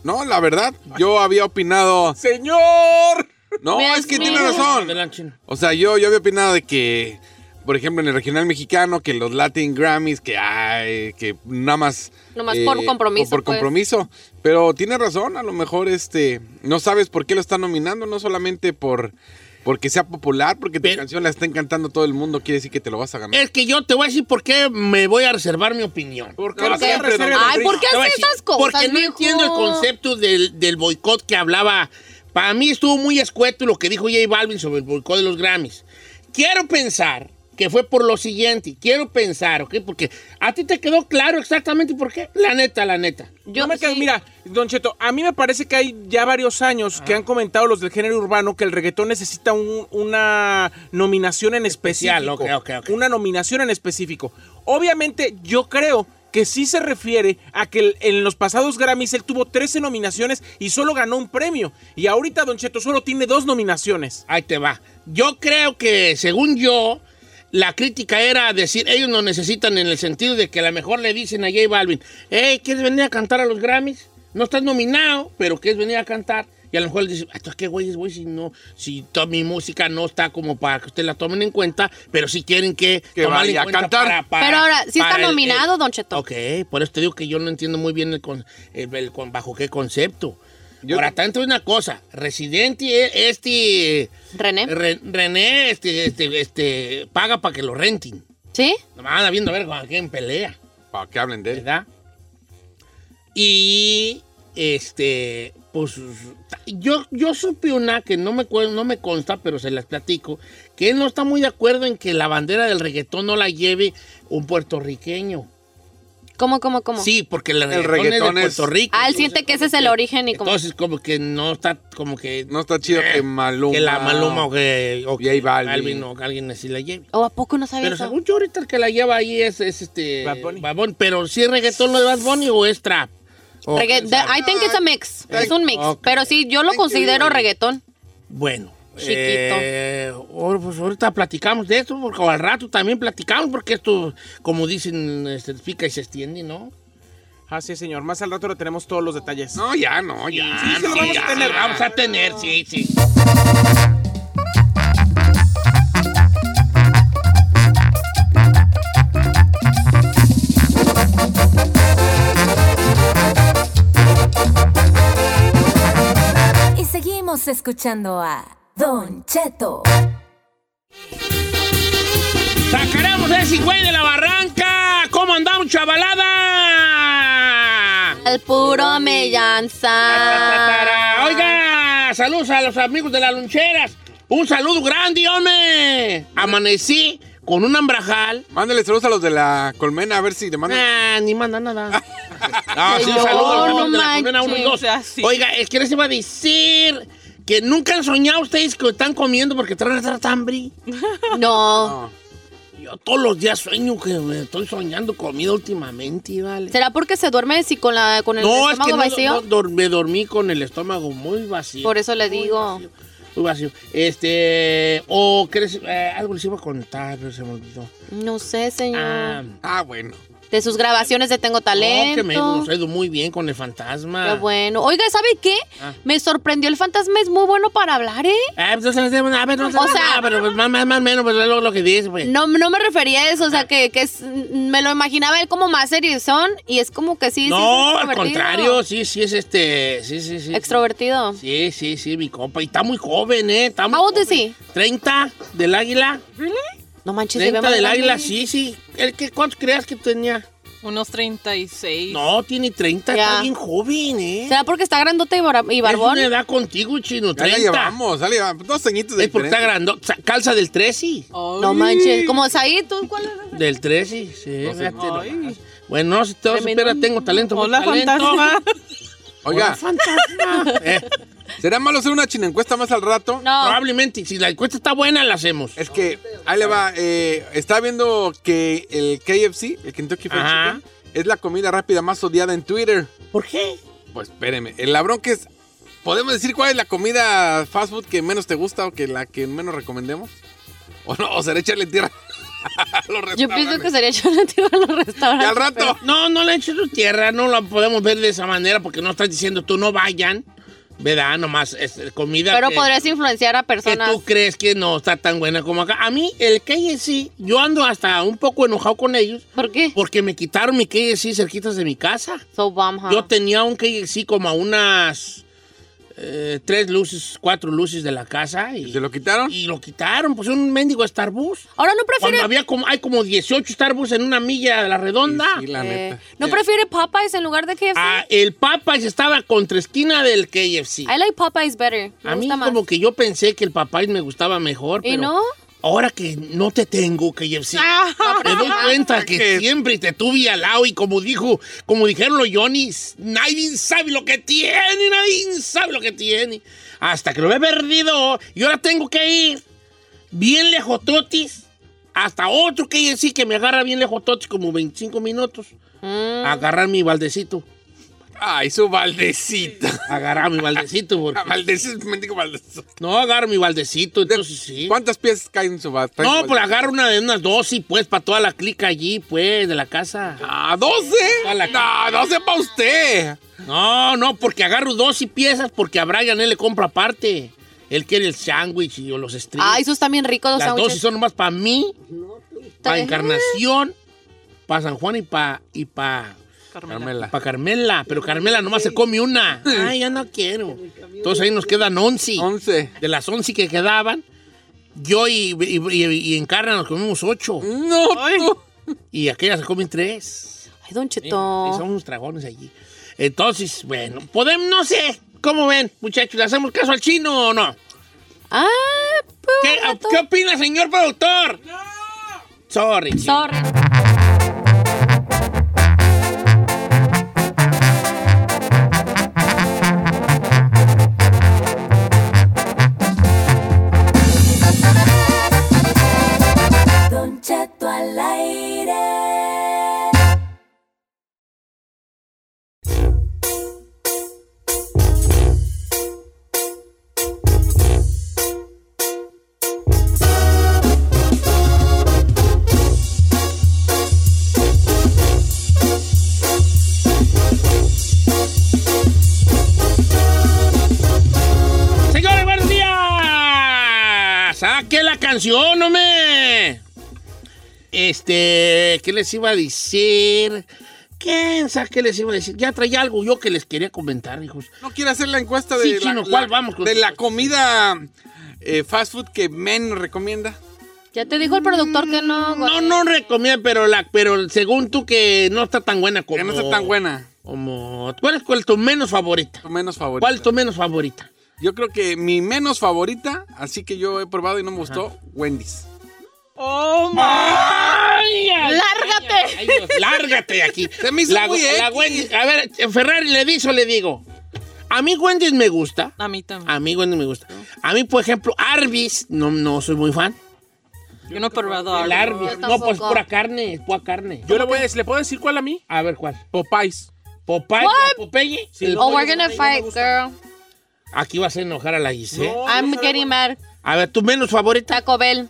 [SPEAKER 6] No, la verdad, yo había opinado.
[SPEAKER 2] ¡Señor!
[SPEAKER 6] No,
[SPEAKER 3] Me
[SPEAKER 6] es que
[SPEAKER 3] admiro.
[SPEAKER 6] tiene razón.
[SPEAKER 1] adelante, chino.
[SPEAKER 6] O sea, yo, yo había opinado de que, por ejemplo, en el regional mexicano, que los Latin Grammys, que ay, que nada más. eh,
[SPEAKER 3] Nomás por compromiso,
[SPEAKER 6] o Por
[SPEAKER 3] pues.
[SPEAKER 6] compromiso. Pero tiene razón, a lo mejor este no sabes por qué lo están nominando, no solamente por porque sea popular, porque
[SPEAKER 1] Pero-
[SPEAKER 6] tu canción la está encantando todo el mundo, quiere decir que te lo vas a ganar.
[SPEAKER 1] Es que yo te voy a decir por qué me voy a reservar mi opinión.
[SPEAKER 2] ¿Por
[SPEAKER 6] No,
[SPEAKER 2] qué?
[SPEAKER 6] siempre,
[SPEAKER 2] Siempre,
[SPEAKER 6] don
[SPEAKER 2] don
[SPEAKER 3] Ay,
[SPEAKER 2] Rico.
[SPEAKER 3] ¿por qué
[SPEAKER 1] Te voy a
[SPEAKER 3] hace
[SPEAKER 1] decir,
[SPEAKER 3] esas cosas,
[SPEAKER 1] Porque no
[SPEAKER 3] viejo?
[SPEAKER 1] entiendo el concepto del, del boicot que hablaba. Para mí estuvo muy escueto lo que dijo J Balvin sobre el boicot de los Grammys. Quiero pensar que fue por lo siguiente. Quiero pensar, ¿ok? Porque a ti te quedó claro exactamente por qué. La neta, la neta.
[SPEAKER 3] Yo,
[SPEAKER 2] No me quedo-
[SPEAKER 3] sí.
[SPEAKER 2] Mira, Don Cheto, a mí me parece que hay ya varios años que han comentado los del género urbano que el reggaetón necesita un- una nominación en específico.
[SPEAKER 1] Especial, ok, ok, ok.
[SPEAKER 2] Una nominación en específico. Obviamente, yo creo que sí se refiere a que el- en los pasados Grammys él tuvo 13 nominaciones y solo ganó un premio. Y ahorita Don Cheto solo tiene dos nominaciones.
[SPEAKER 1] Ahí te va. Yo creo que, según yo, la crítica era decir, ellos nos necesitan en el sentido de que a lo mejor le dicen a J Balvin, hey, ¿quieres venir a cantar a los Grammys? No estás nominado, pero ¿quieres venir a cantar? Y a lo mejor le dicen, "Ah, entonces, ¿qué güeyes, güey? Si, no, si toda mi música no está como para que ustedes la tomen en cuenta, pero si quieren que,
[SPEAKER 6] Que
[SPEAKER 1] tomarla en
[SPEAKER 6] vaya a
[SPEAKER 1] cuenta
[SPEAKER 6] cantar.
[SPEAKER 1] para- para-
[SPEAKER 3] Pero ahora, ¿sí está
[SPEAKER 1] para el-
[SPEAKER 3] nominado,
[SPEAKER 1] el-
[SPEAKER 3] Don Cheto?
[SPEAKER 1] Ok, por eso te digo que yo no entiendo muy bien el con, el- el con- bajo qué concepto.
[SPEAKER 6] Yo-
[SPEAKER 1] ahora, tanto una cosa, Residente, eh, este... eh,
[SPEAKER 3] René.
[SPEAKER 1] Re- René este, este, este, paga para que lo renten.
[SPEAKER 3] ¿Sí?
[SPEAKER 1] Nomás anda viendo a ver con quién pelea,
[SPEAKER 6] Para que hablen de él.
[SPEAKER 1] ¿verdad? Y este, pues yo, yo supe una que no me, cue- no me consta, pero se las platico, que él no está muy de acuerdo en que la bandera del reggaetón no la lleve un puertorriqueño.
[SPEAKER 3] ¿Cómo, cómo, cómo?
[SPEAKER 1] Sí, porque el reggaetón,
[SPEAKER 6] reggaetón
[SPEAKER 1] es de
[SPEAKER 6] es-
[SPEAKER 1] Puerto Rico.
[SPEAKER 3] Ah, él
[SPEAKER 1] entonces,
[SPEAKER 3] siente que ese es el
[SPEAKER 1] como
[SPEAKER 3] origen y como...
[SPEAKER 1] Entonces, como que no está, como que...
[SPEAKER 6] No está chido que Maluma.
[SPEAKER 1] Que la Maluma o que... o que
[SPEAKER 6] J Balvin.
[SPEAKER 1] o que alguien así la lleve.
[SPEAKER 3] ¿O "Oh, a poco no sabía
[SPEAKER 1] Pero
[SPEAKER 3] eso?
[SPEAKER 1] según yo ahorita el que la lleva ahí es, es este...
[SPEAKER 2] Bad Bunny.
[SPEAKER 1] Pero si es reggaetón lo de Bad Bunny o es trap. O- Ah,
[SPEAKER 3] Regga- I think it's a mix. Es un mix.
[SPEAKER 1] Ok.
[SPEAKER 3] Pero sí, yo lo considero reggaetón.
[SPEAKER 1] Bueno.
[SPEAKER 3] Chiquito.
[SPEAKER 1] eh, ahor- pues ahorita platicamos de esto, porque al rato también platicamos, porque esto, como dicen, este, pica y se extiende, ¿no?
[SPEAKER 2] Así es, Ah, señor. Más al rato le tenemos todos los detalles.
[SPEAKER 6] No, ya, no, ya.
[SPEAKER 1] Ah,
[SPEAKER 2] sí, lo vamos a
[SPEAKER 1] ya,
[SPEAKER 2] tener.
[SPEAKER 1] Vamos a tener, sí, sí.
[SPEAKER 4] Y seguimos escuchando a Don Cheto.
[SPEAKER 1] Sacaremos a ese güey de la barranca. ¿Cómo andamos, chavalada?
[SPEAKER 3] Al puro mellanza.
[SPEAKER 1] Tatatara. Oiga, saludos a los amigos de las loncheras. Un saludo grande, hombre. Amanecí con un ambrajal.
[SPEAKER 6] Mándale saludos a los de la colmena, a ver si te mandan.
[SPEAKER 1] Ah, ni manda nada.
[SPEAKER 6] Ah, sí,
[SPEAKER 1] Un saludo a los
[SPEAKER 3] no
[SPEAKER 1] amigos de la
[SPEAKER 3] manches,
[SPEAKER 1] colmena uno y dos.
[SPEAKER 5] o sea, sí.
[SPEAKER 1] Oiga, es que les iba a decir que nunca han soñado ustedes que están comiendo porque traen tanta hambre.
[SPEAKER 3] No.
[SPEAKER 1] Yo todos los días sueño que me estoy soñando comida últimamente, ¿vale?
[SPEAKER 3] ¿Será porque se duerme si con, la, con el
[SPEAKER 1] No, es que
[SPEAKER 3] estómago
[SPEAKER 1] no, no,
[SPEAKER 3] vacío?
[SPEAKER 1] dor- me dormí con el estómago muy vacío.
[SPEAKER 3] Por eso le
[SPEAKER 1] Muy
[SPEAKER 3] digo.
[SPEAKER 1] vacío, Muy vacío. Este. O, ¿crees? eh, algo les iba a contar, pero se me olvidó.
[SPEAKER 3] No sé, señor.
[SPEAKER 1] Ah,
[SPEAKER 6] Ah, bueno.
[SPEAKER 3] De sus grabaciones de Tengo
[SPEAKER 1] no,
[SPEAKER 3] Talento.
[SPEAKER 1] que me nos ha ido muy bien con el fantasma.
[SPEAKER 3] Qué bueno. Oiga, ¿sabe qué?
[SPEAKER 1] Ah.
[SPEAKER 3] Me sorprendió el fantasma, es muy bueno para hablar, ¿eh?
[SPEAKER 1] Ah, pues, no se les debe nada, a ver, no se
[SPEAKER 3] O
[SPEAKER 1] les debe
[SPEAKER 3] sea-
[SPEAKER 1] nada, pero pues, más, más, más, menos, pues es lo, lo que dice, pues.
[SPEAKER 3] No, no me refería a eso, o
[SPEAKER 1] Ah.
[SPEAKER 3] sea, que, que es- me lo imaginaba él como más son y es como que sí. sí,
[SPEAKER 1] No,
[SPEAKER 3] es
[SPEAKER 1] al
[SPEAKER 3] extrovertido.
[SPEAKER 1] contrario, sí, sí, es este. Sí, sí, sí.
[SPEAKER 3] Extrovertido.
[SPEAKER 1] Sí, sí, sí, mi compa. Y está muy joven, ¿eh? Está muy
[SPEAKER 3] How old is
[SPEAKER 1] joven. 30 del águila.
[SPEAKER 3] No manches, se ve
[SPEAKER 1] 30
[SPEAKER 3] más
[SPEAKER 1] del
[SPEAKER 3] grande.
[SPEAKER 1] águila, sí, sí. el que, ¿Cuántos creas que tenía?
[SPEAKER 5] Unos 36.
[SPEAKER 1] No, tiene 30, está
[SPEAKER 3] Ya.
[SPEAKER 1] bien joven, ¿eh?
[SPEAKER 3] ¿Será porque está grandote y, bara- y
[SPEAKER 1] Es
[SPEAKER 3] barbón?
[SPEAKER 1] una edad contigo, chino,
[SPEAKER 6] Ya la
[SPEAKER 1] 30.
[SPEAKER 6] llevamos, ya la llevamos. Dos ceñitos de
[SPEAKER 1] Es porque está
[SPEAKER 6] diferencia.
[SPEAKER 1] grandón. sa- Calza del 13.
[SPEAKER 5] Ay.
[SPEAKER 3] No manches. Como Said, ¿tú cuál es?
[SPEAKER 1] Del 13, sí.
[SPEAKER 6] No sé.
[SPEAKER 1] fíjate nomás.
[SPEAKER 5] Ay.
[SPEAKER 1] Bueno, no, si te vas a
[SPEAKER 3] Tremendo.
[SPEAKER 1] esperar, tengo talento. muy
[SPEAKER 5] Hola,
[SPEAKER 1] talento.
[SPEAKER 5] fantasma.
[SPEAKER 1] Hola,
[SPEAKER 6] Oiga,
[SPEAKER 1] fantasma. Eh,
[SPEAKER 6] ¿será malo hacer una china encuesta más al rato?
[SPEAKER 3] No.
[SPEAKER 1] Probablemente, si la encuesta está buena, la hacemos.
[SPEAKER 6] Es que, ahí le va, eh, está viendo que el KFC, el Kentucky Fried
[SPEAKER 1] Ajá.
[SPEAKER 6] Chicken, es la comida rápida más odiada en Twitter.
[SPEAKER 1] ¿Por qué?
[SPEAKER 6] Pues espéreme, el labrón que es, ¿podemos decir cuál es la comida fast food que menos te gusta o que la que menos recomendemos? ¿O no? ¿O será echarle tierra a los
[SPEAKER 3] Yo pienso que
[SPEAKER 6] restaurantes?
[SPEAKER 3] sería yo la tiro a los
[SPEAKER 6] Y al
[SPEAKER 3] restaurantes.
[SPEAKER 6] rato.
[SPEAKER 1] No, no le eches tu tierra, no la podemos ver de esa manera porque no estás diciendo tú no vayan, ¿verdad? Nomás es, eh, comida
[SPEAKER 3] Pero
[SPEAKER 1] que,
[SPEAKER 3] podrías influenciar a
[SPEAKER 1] que
[SPEAKER 3] personas.
[SPEAKER 1] tú crees que no está tan buena como acá. A mí, el KFC, yo ando hasta un poco enojado con ellos
[SPEAKER 3] ¿Por qué?
[SPEAKER 1] porque me quitaron mi KFC cerquitas de mi casa.
[SPEAKER 3] So bomb, huh?
[SPEAKER 1] Yo tenía un KFC como a unas eh, tres luces, cuatro luces de la casa y,
[SPEAKER 6] ¿Se lo quitaron?
[SPEAKER 1] y lo quitaron, pues un mendigo Starbucks.
[SPEAKER 3] Ahora
[SPEAKER 1] Cuando
[SPEAKER 3] no prefiere.
[SPEAKER 1] había como, hay como 18 Starbucks en una milla de la redonda.
[SPEAKER 6] Sí, la
[SPEAKER 3] eh,
[SPEAKER 6] neta.
[SPEAKER 3] ¿No prefiere Popeyes en lugar de KFC?
[SPEAKER 1] Ah, el Popeyes estaba contra esquina del KFC.
[SPEAKER 3] I like Popeyes better. Me
[SPEAKER 1] A mí
[SPEAKER 3] gusta más.
[SPEAKER 1] como que yo pensé que el Popeyes me gustaba mejor,
[SPEAKER 3] ¿Y
[SPEAKER 1] pero
[SPEAKER 3] no?
[SPEAKER 1] ahora que no te tengo, KFC,
[SPEAKER 3] Ah.
[SPEAKER 1] me doy cuenta que
[SPEAKER 6] ¿Qué?
[SPEAKER 1] siempre te tuve al lado y como dijo, como dijeron los Johnny's, nadie sabe lo que tiene, nadie sabe lo que tiene. Hasta que lo he perdido y ahora tengo que ir bien lejototis hasta otro KFC que me agarra bien lejototis como 25 minutos a agarrar mi baldecito.
[SPEAKER 6] Ay, su baldecita.
[SPEAKER 1] Agarrar mi baldecito. Porque...
[SPEAKER 6] Baldecito, mendigo baldecito.
[SPEAKER 1] No, agarro mi baldecito, entonces sí.
[SPEAKER 6] ¿Cuántas piezas caen en su baldecito?
[SPEAKER 1] No, pues agarro una de unas dosis, pues, para toda la clica allí, pues, de la casa.
[SPEAKER 6] Ah, 12.
[SPEAKER 1] Dale.
[SPEAKER 6] No, 12 para usted.
[SPEAKER 1] No, no, porque agarro dos y piezas porque a Brian él le compra aparte. Él quiere el sándwich y o los strips.
[SPEAKER 3] Ah, esos también ricos los
[SPEAKER 1] Las dosis
[SPEAKER 3] sándwiches.
[SPEAKER 1] son nomás para mí, para
[SPEAKER 3] Tres.
[SPEAKER 1] Encarnación, para San Juan y para y pa,
[SPEAKER 6] Carmela.
[SPEAKER 1] pa Carmela. Pero Carmela nomás se come una. Ay, ya no quiero. Entonces ahí nos quedan once.
[SPEAKER 6] 11.
[SPEAKER 1] De las once que quedaban, yo y, y, y- y Encarna nos comimos ocho.
[SPEAKER 6] No,
[SPEAKER 5] Ay.
[SPEAKER 6] tú.
[SPEAKER 1] Y aquellas se comen tres.
[SPEAKER 3] Ay, Don
[SPEAKER 1] Sí, y
[SPEAKER 3] Cheto.
[SPEAKER 1] son unos dragones allí. Entonces, bueno, podemos, no sé. ¿Cómo ven, muchachos? ¿Le hacemos caso al chino o no?
[SPEAKER 3] Ah, pues,
[SPEAKER 1] ¿Qué,
[SPEAKER 3] rato.
[SPEAKER 1] ¿qué opina, señor productor? ¡No! Sorry. chino.
[SPEAKER 3] Sorry.
[SPEAKER 4] Don Cheto al aire.
[SPEAKER 1] Señores, buenos días. Saque la canción, hombre. Este, ¿qué les iba a decir? ¿Quién sabe qué les iba a decir? Ya traía algo yo que les quería comentar, hijos.
[SPEAKER 6] No quiere hacer la encuesta de,
[SPEAKER 1] Sí,
[SPEAKER 6] la,
[SPEAKER 1] chino,
[SPEAKER 6] la-
[SPEAKER 1] ¿cuál? Vamos con-
[SPEAKER 6] de la comida eh, fast food que menos recomienda.
[SPEAKER 3] Ya te dijo el productor que no. güey.
[SPEAKER 1] No, no recomiendo, pero, la, pero según tú que no está tan buena como...
[SPEAKER 6] Que no está tan buena.
[SPEAKER 1] Como, ¿cuál es cuál es tu menos favorita?
[SPEAKER 6] Tu menos favorita.
[SPEAKER 1] ¿Cuál es tu menos favorita?
[SPEAKER 6] Yo creo que mi menos favorita, así que yo he probado y no me gustó, Wendy's.
[SPEAKER 5] Oh, my.
[SPEAKER 1] ¡Ay, ay,
[SPEAKER 3] ¡Lárgate!
[SPEAKER 1] ay, Dios, lárgate de aquí.
[SPEAKER 6] Se me hizo
[SPEAKER 1] la,
[SPEAKER 6] muy
[SPEAKER 1] la
[SPEAKER 6] X.
[SPEAKER 1] Wendy- A ver, Ferrari, ¿le dice o le digo? A mí Wendy's me gusta.
[SPEAKER 5] A mí también.
[SPEAKER 1] A mí Wendy's me gusta. A mí, por ejemplo, Arby's, no, no soy muy fan.
[SPEAKER 5] Yo no he probado
[SPEAKER 1] El
[SPEAKER 5] algo.
[SPEAKER 1] Arby's. No, pues pura carne, es pura carne.
[SPEAKER 2] Yo le, voy a decir- ¿le puedo decir cuál a mí?
[SPEAKER 1] A ver, ¿cuál?
[SPEAKER 2] Popeyes.
[SPEAKER 1] ¿Popeye?
[SPEAKER 3] What?
[SPEAKER 1] ¿Popeye?
[SPEAKER 2] Sí.
[SPEAKER 3] Oh, we're gonna fight, girl.
[SPEAKER 1] Aquí vas a enojar a la
[SPEAKER 6] ¿Eh?
[SPEAKER 1] Giselle.
[SPEAKER 3] I'm getting mad.
[SPEAKER 1] A ver, ¿tu menos favorita?
[SPEAKER 3] Taco Bell.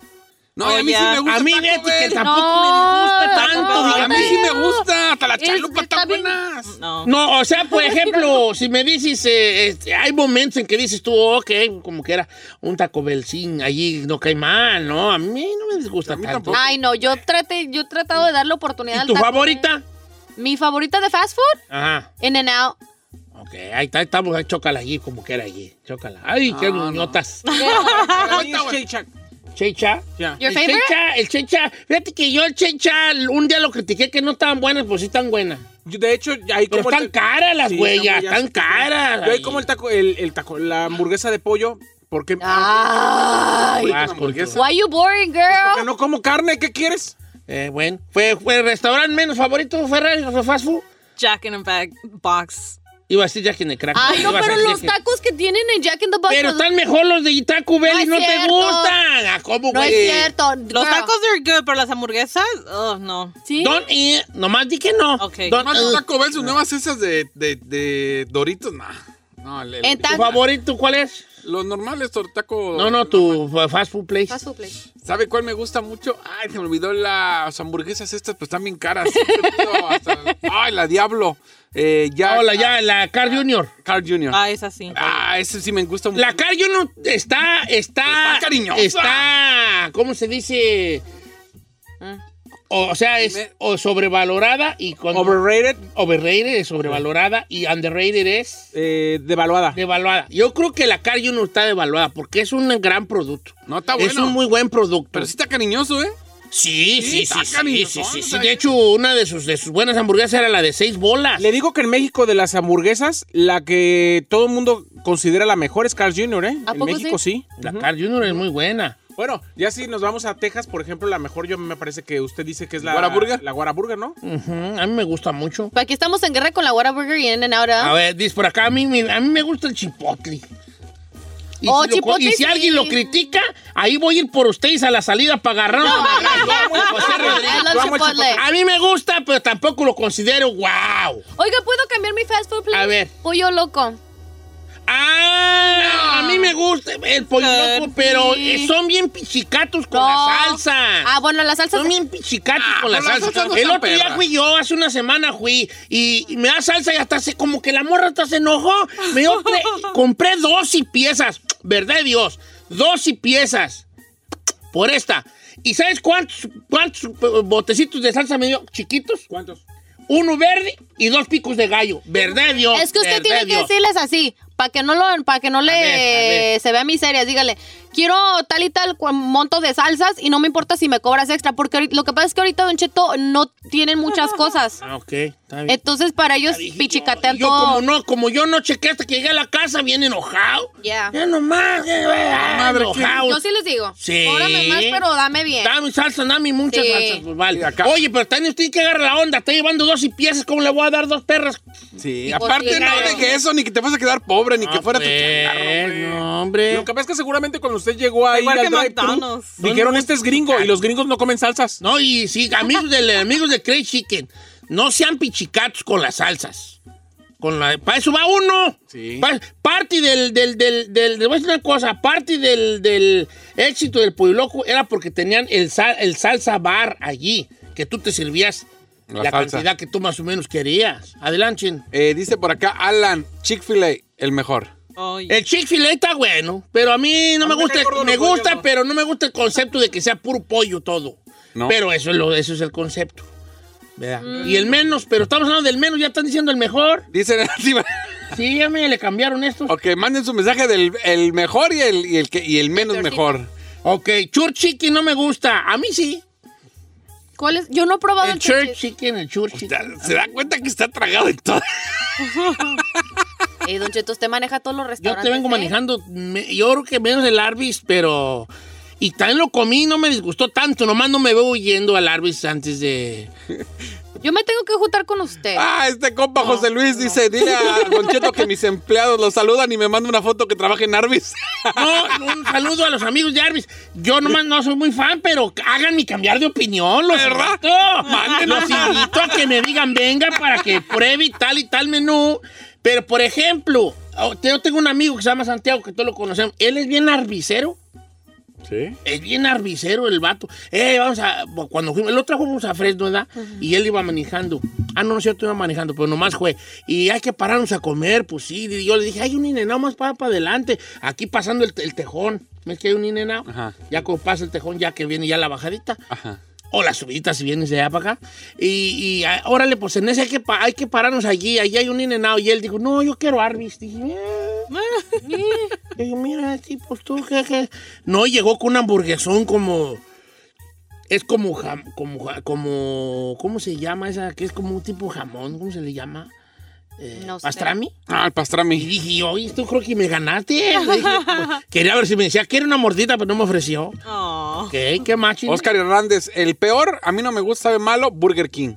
[SPEAKER 6] No,
[SPEAKER 5] Oh,
[SPEAKER 6] a mí sí
[SPEAKER 5] ya.
[SPEAKER 6] me gusta.
[SPEAKER 1] A mí,
[SPEAKER 6] Taco
[SPEAKER 1] fíjate
[SPEAKER 6] Bell.
[SPEAKER 1] que tampoco me gusta
[SPEAKER 3] no,
[SPEAKER 1] tanto.
[SPEAKER 6] A mí
[SPEAKER 1] dígame.
[SPEAKER 6] sí me gusta. Hasta la
[SPEAKER 3] Es-
[SPEAKER 6] chalupa
[SPEAKER 3] está
[SPEAKER 6] está
[SPEAKER 3] bien.
[SPEAKER 6] buena.
[SPEAKER 5] No.
[SPEAKER 1] No, o sea, por ejemplo, si me dices, eh, este, hay momentos en que dices tú, ok, como que era un Taco Bell sin allí no cae mal, ¿no? A mí no me disgusta
[SPEAKER 6] A mí
[SPEAKER 1] tanto.
[SPEAKER 6] tampoco.
[SPEAKER 3] Ay, no, yo traté, yo he tratado de darle oportunidad
[SPEAKER 1] ¿Y
[SPEAKER 3] al
[SPEAKER 1] tu
[SPEAKER 3] Taco
[SPEAKER 1] favorita?
[SPEAKER 3] Bell. Mi favorita de fast food,
[SPEAKER 1] Ajá.
[SPEAKER 3] In and Out.
[SPEAKER 1] Ok, ahí está, estamos, ahí, chócala allí, como que era allí, chócala. Ay, qué
[SPEAKER 6] Ah, no.
[SPEAKER 1] notas.
[SPEAKER 2] Para mí es Shake Shack.
[SPEAKER 1] Checha.
[SPEAKER 2] Ya.
[SPEAKER 3] Your
[SPEAKER 1] el
[SPEAKER 3] favorite?
[SPEAKER 1] Checha, el Checha. Fíjate que yo el Checha un día lo critiqué que no estaban buenas, pues sí están buenas.
[SPEAKER 2] Yo, De hecho, ahí
[SPEAKER 1] Pero
[SPEAKER 2] como. el
[SPEAKER 1] están
[SPEAKER 2] ta-
[SPEAKER 1] caras las
[SPEAKER 2] Sí,
[SPEAKER 1] huellas, están
[SPEAKER 2] están
[SPEAKER 1] caras.
[SPEAKER 2] Yo ahí
[SPEAKER 1] Ay,
[SPEAKER 2] como el taco, el, el taco, la hamburguesa de pollo. Porque.
[SPEAKER 3] Ay.
[SPEAKER 1] asco,
[SPEAKER 6] hamburguesa.
[SPEAKER 3] Why you boring, girl?
[SPEAKER 2] porque no como carne, ¿qué quieres?
[SPEAKER 1] Eh, bueno, ¿fue, fue el restaurante menos favorito? ¿Fue ra- fue fast food?
[SPEAKER 5] Jack in a bag box.
[SPEAKER 1] Iba a decir Jack in the Crack.
[SPEAKER 3] Ay, no,
[SPEAKER 1] Iba a
[SPEAKER 3] pero
[SPEAKER 1] decir
[SPEAKER 3] los
[SPEAKER 1] Jack in-
[SPEAKER 3] tacos que tienen en Jack in the Box.
[SPEAKER 1] Pero
[SPEAKER 3] no-
[SPEAKER 1] están mejor los de Taco Bell
[SPEAKER 3] No
[SPEAKER 1] y
[SPEAKER 3] es
[SPEAKER 1] no te
[SPEAKER 3] cierto.
[SPEAKER 1] gustan. ¿A ¿Cómo,
[SPEAKER 3] no es
[SPEAKER 1] güey?
[SPEAKER 3] cierto.
[SPEAKER 5] Los
[SPEAKER 3] girl.
[SPEAKER 5] tacos are good, pero las hamburguesas, oh no.
[SPEAKER 3] Ah. ¿Sí?
[SPEAKER 1] Don't eat. Nomás di que no.
[SPEAKER 5] Ok.
[SPEAKER 1] Don't
[SPEAKER 6] Además,
[SPEAKER 1] eat.
[SPEAKER 6] Taco Bell, sus nuevas esas de, de, de Doritos, nah. No, el- el-
[SPEAKER 3] En
[SPEAKER 1] ¿Tu
[SPEAKER 3] tacos.
[SPEAKER 1] favorito cuál es?
[SPEAKER 6] los normales, tor- taco.
[SPEAKER 1] No, no, tu fast food place.
[SPEAKER 3] Fast food place.
[SPEAKER 6] ¿Sabe cuál me gusta mucho? Ay, se me olvidó las hamburguesas estas, pues están bien caras. Siempre pido hasta- Ay, la Diablo. Eh, ya,
[SPEAKER 1] Hola, ya, la Car Junior.
[SPEAKER 6] Carl Jr.
[SPEAKER 5] Ah, es así.
[SPEAKER 6] Ah, ese sí me gusta mucho.
[SPEAKER 1] La Car Junior está, está.
[SPEAKER 6] Está cariñosa.
[SPEAKER 1] Está, ¿cómo se dice?
[SPEAKER 3] Ah.
[SPEAKER 1] O, o sea, es
[SPEAKER 6] Me-
[SPEAKER 1] o sobrevalorada y cuando-
[SPEAKER 2] Overrated,
[SPEAKER 1] overrated es sobrevalorada y underrated es
[SPEAKER 2] eh, devaluada.
[SPEAKER 1] devaluada. Yo creo que la Car Junior está devaluada porque es un gran producto.
[SPEAKER 6] No, está
[SPEAKER 1] Es
[SPEAKER 6] bueno.
[SPEAKER 1] un muy buen producto.
[SPEAKER 6] Pero sí está cariñoso, ¿eh?
[SPEAKER 1] Sí, sí, sí,
[SPEAKER 6] Sí,
[SPEAKER 1] sí,
[SPEAKER 6] sacan
[SPEAKER 1] sí,
[SPEAKER 6] y
[SPEAKER 1] sí,
[SPEAKER 6] son,
[SPEAKER 1] sí,
[SPEAKER 6] o
[SPEAKER 1] sí.
[SPEAKER 6] sea,
[SPEAKER 1] De
[SPEAKER 6] que-
[SPEAKER 1] hecho, una de sus, de sus buenas hamburguesas era la de seis bolas.
[SPEAKER 2] Le digo que en México de las hamburguesas, la que todo el mundo considera la mejor es Carl Jr., ¿eh?
[SPEAKER 3] ¿A
[SPEAKER 2] en
[SPEAKER 3] poco
[SPEAKER 2] México sí.
[SPEAKER 1] La Car Junior es muy buena.
[SPEAKER 2] Bueno, ya si nos vamos a Texas, por ejemplo, la mejor yo me parece que usted dice que es la
[SPEAKER 6] ¿Guaraburger?
[SPEAKER 2] La Guaraburger, ¿no?
[SPEAKER 1] Mm. Ujú, A mí me gusta mucho.
[SPEAKER 3] Aquí estamos en guerra con la Whataburger y en and out ¿eh?
[SPEAKER 1] A ver, dice por acá, a mí, me- a mí me gusta el chipotle. Y,
[SPEAKER 3] Oh,
[SPEAKER 1] si lo-
[SPEAKER 3] chipotle
[SPEAKER 1] y si
[SPEAKER 3] sí.
[SPEAKER 1] alguien lo critica, ahí voy a ir por ustedes a la salida para agarrar. Ah, José Rodríguez.
[SPEAKER 3] I love
[SPEAKER 2] yo amo el
[SPEAKER 3] Chipotle.
[SPEAKER 1] A mí me gusta, pero tampoco lo considero wow.
[SPEAKER 3] Oiga, ¿puedo cambiar mi fast food, please?
[SPEAKER 1] A ver.
[SPEAKER 3] Pollo loco.
[SPEAKER 1] Ah, a mí me gusta el pollo
[SPEAKER 5] Sí.
[SPEAKER 1] loco, pero eh, son bien pichicatos con la
[SPEAKER 3] No.
[SPEAKER 1] salsa.
[SPEAKER 3] Ah, bueno, la salsa.
[SPEAKER 1] Son bien pichicatos
[SPEAKER 6] Ah,
[SPEAKER 1] con la
[SPEAKER 6] pero las
[SPEAKER 1] salsa.
[SPEAKER 6] salsas no
[SPEAKER 1] el
[SPEAKER 6] están
[SPEAKER 1] otro día
[SPEAKER 6] perras.
[SPEAKER 1] fui yo, hace una semana fui, y, y me da salsa y hasta se, como que la morra hasta se enojó. Me dio tre- compré dos y piezas, ¿verdad de Dios? Dos y piezas por esta. ¿Y sabes cuántos, cuántos eh, botecitos de salsa me dio? Chiquitos.
[SPEAKER 2] ¿Cuántos?
[SPEAKER 1] Uno verde y dos picos de gallo. ¿Verdad de Dios?
[SPEAKER 3] Es que usted
[SPEAKER 1] ¿Verdad
[SPEAKER 3] tiene
[SPEAKER 1] de
[SPEAKER 3] que
[SPEAKER 1] Dios?
[SPEAKER 3] decirles así, para que no lo, para que no le
[SPEAKER 1] ver, a ver.
[SPEAKER 3] se vea miseria. Dígale, quiero tal y tal cu- monto de salsas y no me importa si me cobras extra, porque ahorita- lo que pasa es que ahorita Don Cheto no tienen muchas cosas.
[SPEAKER 1] Ah, ok, está bien.
[SPEAKER 3] Entonces para ellos
[SPEAKER 1] Dije yo,
[SPEAKER 3] pichicatean
[SPEAKER 1] y yo como
[SPEAKER 3] todo.
[SPEAKER 1] no, como yo no chequé hasta que llegué a la casa bien enojado.
[SPEAKER 3] Ya.
[SPEAKER 1] Ya nomás, ya, ya,
[SPEAKER 6] Madre,
[SPEAKER 1] enojado.
[SPEAKER 3] Yo sí les digo.
[SPEAKER 1] Sí.
[SPEAKER 3] Cóbrame más, pero dame bien.
[SPEAKER 1] Dame salsa, dame muchas
[SPEAKER 3] Sí.
[SPEAKER 1] salsas, pues vale.
[SPEAKER 6] Y acá-
[SPEAKER 1] Oye, pero también usted tiene que agarrar la onda. Está llevando dos y piezas, ¿cómo le voy a dar dos perras?
[SPEAKER 6] Sí.
[SPEAKER 3] Pues
[SPEAKER 6] Aparte,
[SPEAKER 3] sí,
[SPEAKER 6] no
[SPEAKER 3] claro.
[SPEAKER 6] de que eso, ni que te fuese a quedar pobre, ni que
[SPEAKER 1] Ah,
[SPEAKER 6] fuera tu
[SPEAKER 1] pues,
[SPEAKER 6] changarro, güey.
[SPEAKER 1] No, hombre.
[SPEAKER 2] Lo que pasa es que seguramente cuando usted llegó ahí
[SPEAKER 5] Igual
[SPEAKER 2] al
[SPEAKER 5] que
[SPEAKER 2] drive-thru,
[SPEAKER 5] McDonald's.
[SPEAKER 2] dijeron, este es gringo, y los gringos no comen salsas.
[SPEAKER 1] No, y sí, amigos de, amigos de Crazy Chicken, no sean pichicatos con las salsas. Con la, para eso va uno.
[SPEAKER 6] Sí.
[SPEAKER 1] Pa- parte del, del, del, del- le voy a decir una cosa, parte del, del éxito del Pollo Loco era porque tenían el, sal- el salsa bar allí, que tú te servías la,
[SPEAKER 6] La salsa.
[SPEAKER 1] cantidad que tú más o menos querías. Adelante.
[SPEAKER 6] Eh, dice por acá, Alan, Chick-fil-A, el mejor.
[SPEAKER 5] Oh, yeah.
[SPEAKER 1] El Chick-fil-A está bueno, pero a mí no
[SPEAKER 2] A
[SPEAKER 1] me
[SPEAKER 2] mí me
[SPEAKER 1] gusta.
[SPEAKER 2] cae gordo
[SPEAKER 1] Me
[SPEAKER 2] los pollos,
[SPEAKER 1] gusta,
[SPEAKER 2] ¿no?
[SPEAKER 1] pero no me gusta el concepto de que sea puro pollo todo.
[SPEAKER 6] No.
[SPEAKER 1] Pero eso es, lo, eso es el concepto. ¿verdad? Y el menos, pero estamos hablando del menos, ya están diciendo el mejor.
[SPEAKER 6] Dicen,
[SPEAKER 1] Sí, ya me le cambiaron estos.
[SPEAKER 6] ok, manden su mensaje del el mejor y el, y el, que, y el menos mejor.
[SPEAKER 1] Ok, Chur Chicken no me gusta. A mí sí.
[SPEAKER 3] ¿Cuál es? Yo no he probado
[SPEAKER 1] El
[SPEAKER 3] el
[SPEAKER 1] Chur
[SPEAKER 3] church.
[SPEAKER 1] Chicken, el Chur
[SPEAKER 6] Ya,
[SPEAKER 1] Chicken.
[SPEAKER 6] Se da cuenta que está tragado en todo.
[SPEAKER 3] Don Cheto, usted maneja todos los
[SPEAKER 1] Yo
[SPEAKER 3] restaurantes.
[SPEAKER 1] te vengo
[SPEAKER 3] ¿eh?
[SPEAKER 1] manejando, me- yo creo que menos el Arbis, pero... Y también lo comí, no me disgustó tanto. Nomás no me veo huyendo al Arbis antes de...
[SPEAKER 3] Yo me tengo que juntar con usted.
[SPEAKER 6] Ah, este compa José Luis dice, dile a Don Cheto que mis empleados los saludan y me manda una foto que trabaja en Arby's.
[SPEAKER 1] No, un saludo a los amigos de Arby's. Yo nomás no soy muy fan, pero háganme cambiar de opinión, los
[SPEAKER 6] ¿Verdad?
[SPEAKER 1] invito. Los invito a que me digan, venga, para que pruebe y tal y tal menú. Pero, por ejemplo, oh, yo tengo un amigo que se llama Santiago, que todos lo conocemos. Él es bien arbicero.
[SPEAKER 6] Sí.
[SPEAKER 1] Es bien arbicero el vato. Eh, vamos a. Cuando fuimos, el otro fuimos a Fresno, ¿verdad? Y él iba manejando. Ah, no, no es cierto, iba manejando, pero nomás fue. Y hay que pararnos a comer, pues sí. Y yo le dije, hay un inenao más para, para adelante. Aquí pasando el, te- el tejón. ¿Ves que hay un inenao?
[SPEAKER 6] Ajá.
[SPEAKER 1] Ya como pasa el tejón, ya que viene ya la bajadita.
[SPEAKER 6] Ajá.
[SPEAKER 1] O la subidita si vienes de allá para acá. Y, y, ah, órale, pues en ese hay que, pa- hay que pararnos allí. Allí hay un inenao. Y él dijo, no, yo quiero Arbis. Dije, "Eh". Le digo, mira, tipo, tú, que, que... No, y llegó con un hamburguesón como... Es como, jam- como, ja- como, ¿cómo se llama esa? Que es como un tipo jamón, ¿cómo se le llama? Eh,
[SPEAKER 3] No sé.
[SPEAKER 1] ¿Pastrami?
[SPEAKER 6] Ah, el
[SPEAKER 1] Y
[SPEAKER 6] pastrami.
[SPEAKER 1] dije, oye, tú creo que me ganaste. Le dije, pues, quería ver si me decía que era una mordita, pero no me ofreció.
[SPEAKER 5] Oh.
[SPEAKER 1] Ok, qué macho.
[SPEAKER 6] Oscar Hernández, el peor, a mí no me gusta, sabe malo, Burger King.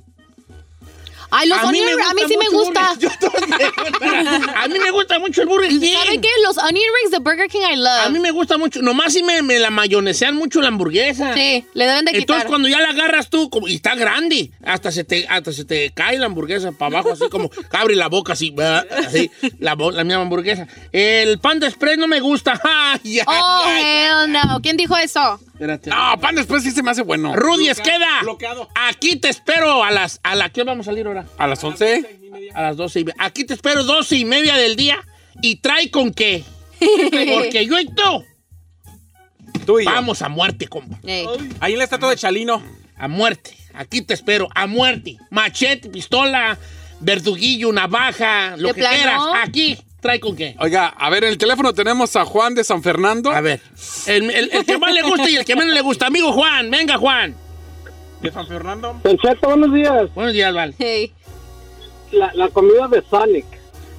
[SPEAKER 3] Ay, los onion rings, a mí sí me
[SPEAKER 1] mucho
[SPEAKER 3] gusta.
[SPEAKER 1] Burger- Yo también. a mí me gusta mucho el Burger King.
[SPEAKER 3] ¿Sabe qué? Los onion rings de Burger King I love.
[SPEAKER 1] A mí me gusta mucho. Nomás si me, me la mayonesean mucho la hamburguesa.
[SPEAKER 3] Sí, le deben de
[SPEAKER 1] Entonces
[SPEAKER 3] quitar.
[SPEAKER 1] cuando ya la agarras tú, como- y está grande, hasta se te, hasta se te cae la hamburguesa para abajo, así como abre la boca así, ¿verdad? así la, bo- la misma hamburguesa. El pan de express no me gusta. Ay, ay,
[SPEAKER 3] Oh,
[SPEAKER 1] ay.
[SPEAKER 3] hell no. ¿Quién dijo eso?
[SPEAKER 1] Espérate.
[SPEAKER 6] No, pan después sí se me hace bueno.
[SPEAKER 1] Rudy Esqueda,
[SPEAKER 2] bloqueado.
[SPEAKER 1] aquí te espero a las... ¿A la qué vamos a salir ahora?
[SPEAKER 6] A las 11.
[SPEAKER 1] A las doce y media. Aquí te espero doce y media del día y trae con qué. Porque yo y tú
[SPEAKER 2] Tú y yo.
[SPEAKER 1] vamos a muerte, compa.
[SPEAKER 3] Ey.
[SPEAKER 2] Ahí en la estatua de Chalino.
[SPEAKER 1] A muerte. Aquí te espero. A muerte. Machete, pistola, verduguillo, navaja, lo
[SPEAKER 3] ¿De
[SPEAKER 1] que
[SPEAKER 3] plano?
[SPEAKER 1] quieras. Aquí trae con qué.
[SPEAKER 6] Oiga, a ver, en el teléfono tenemos a Juan de San Fernando.
[SPEAKER 2] Ah,
[SPEAKER 1] A ver. El, el- el que más le gusta y el que menos le gusta. Amigo Juan, venga Juan.
[SPEAKER 2] De San Fernando.
[SPEAKER 7] Perfecto, buenos días.
[SPEAKER 1] Buenos días, Val.
[SPEAKER 3] Ey.
[SPEAKER 7] La, la comida de Sonic,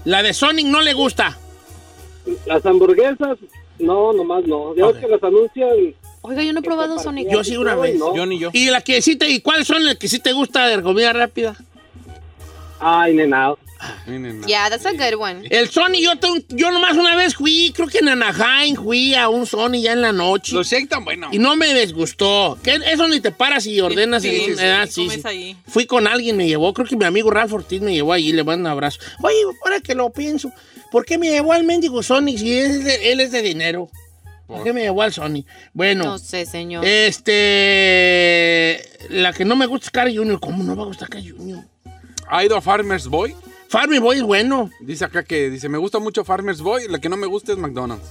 [SPEAKER 1] La de Sonic no le gusta.
[SPEAKER 7] las hamburguesas, no, nomás no. Ya
[SPEAKER 1] A
[SPEAKER 7] ves
[SPEAKER 1] ver.
[SPEAKER 7] que las anuncian.
[SPEAKER 3] Oye, yo no he probado Sonic.
[SPEAKER 1] Yo sí una vez.
[SPEAKER 7] No.
[SPEAKER 2] Yo ni yo.
[SPEAKER 1] ¿Y la que sí te, y cuáles son las que sí te gusta de comida rápida?
[SPEAKER 7] Ay, nena.
[SPEAKER 6] Miren, no.
[SPEAKER 3] Yeah, that's a good one.
[SPEAKER 1] El Sony, yo, tengo- yo nomás una vez fui, creo que en Anaheim fui a un Sony ya en la noche.
[SPEAKER 6] Los shake tan bueno.
[SPEAKER 1] Y no me desgustó. Que eso ni te paras y ordenas.
[SPEAKER 5] Sí,
[SPEAKER 1] en-
[SPEAKER 5] sí, sí.
[SPEAKER 1] ah,
[SPEAKER 5] Y comes ahí.
[SPEAKER 1] Fui con alguien, me llevó. Creo que mi amigo Ralph Ortiz me llevó ahí. Le mando un abrazo. Oye, ahora que lo pienso, ¿por qué me llevó al mendigo Sony si es de- él es de dinero? ¿Por qué me llevó al Sony? Bueno,
[SPEAKER 3] No sé, señor.
[SPEAKER 1] Eh. este. La que no me gusta es Cara Junior. ¿Cómo no me gusta Cara Junior?
[SPEAKER 6] ¿Ha ido a Farmer's Boy?
[SPEAKER 1] Farmy Boy es bueno.
[SPEAKER 6] Dice acá que dice, me gusta mucho Farmer's Boy, la que no me gusta es McDonald's.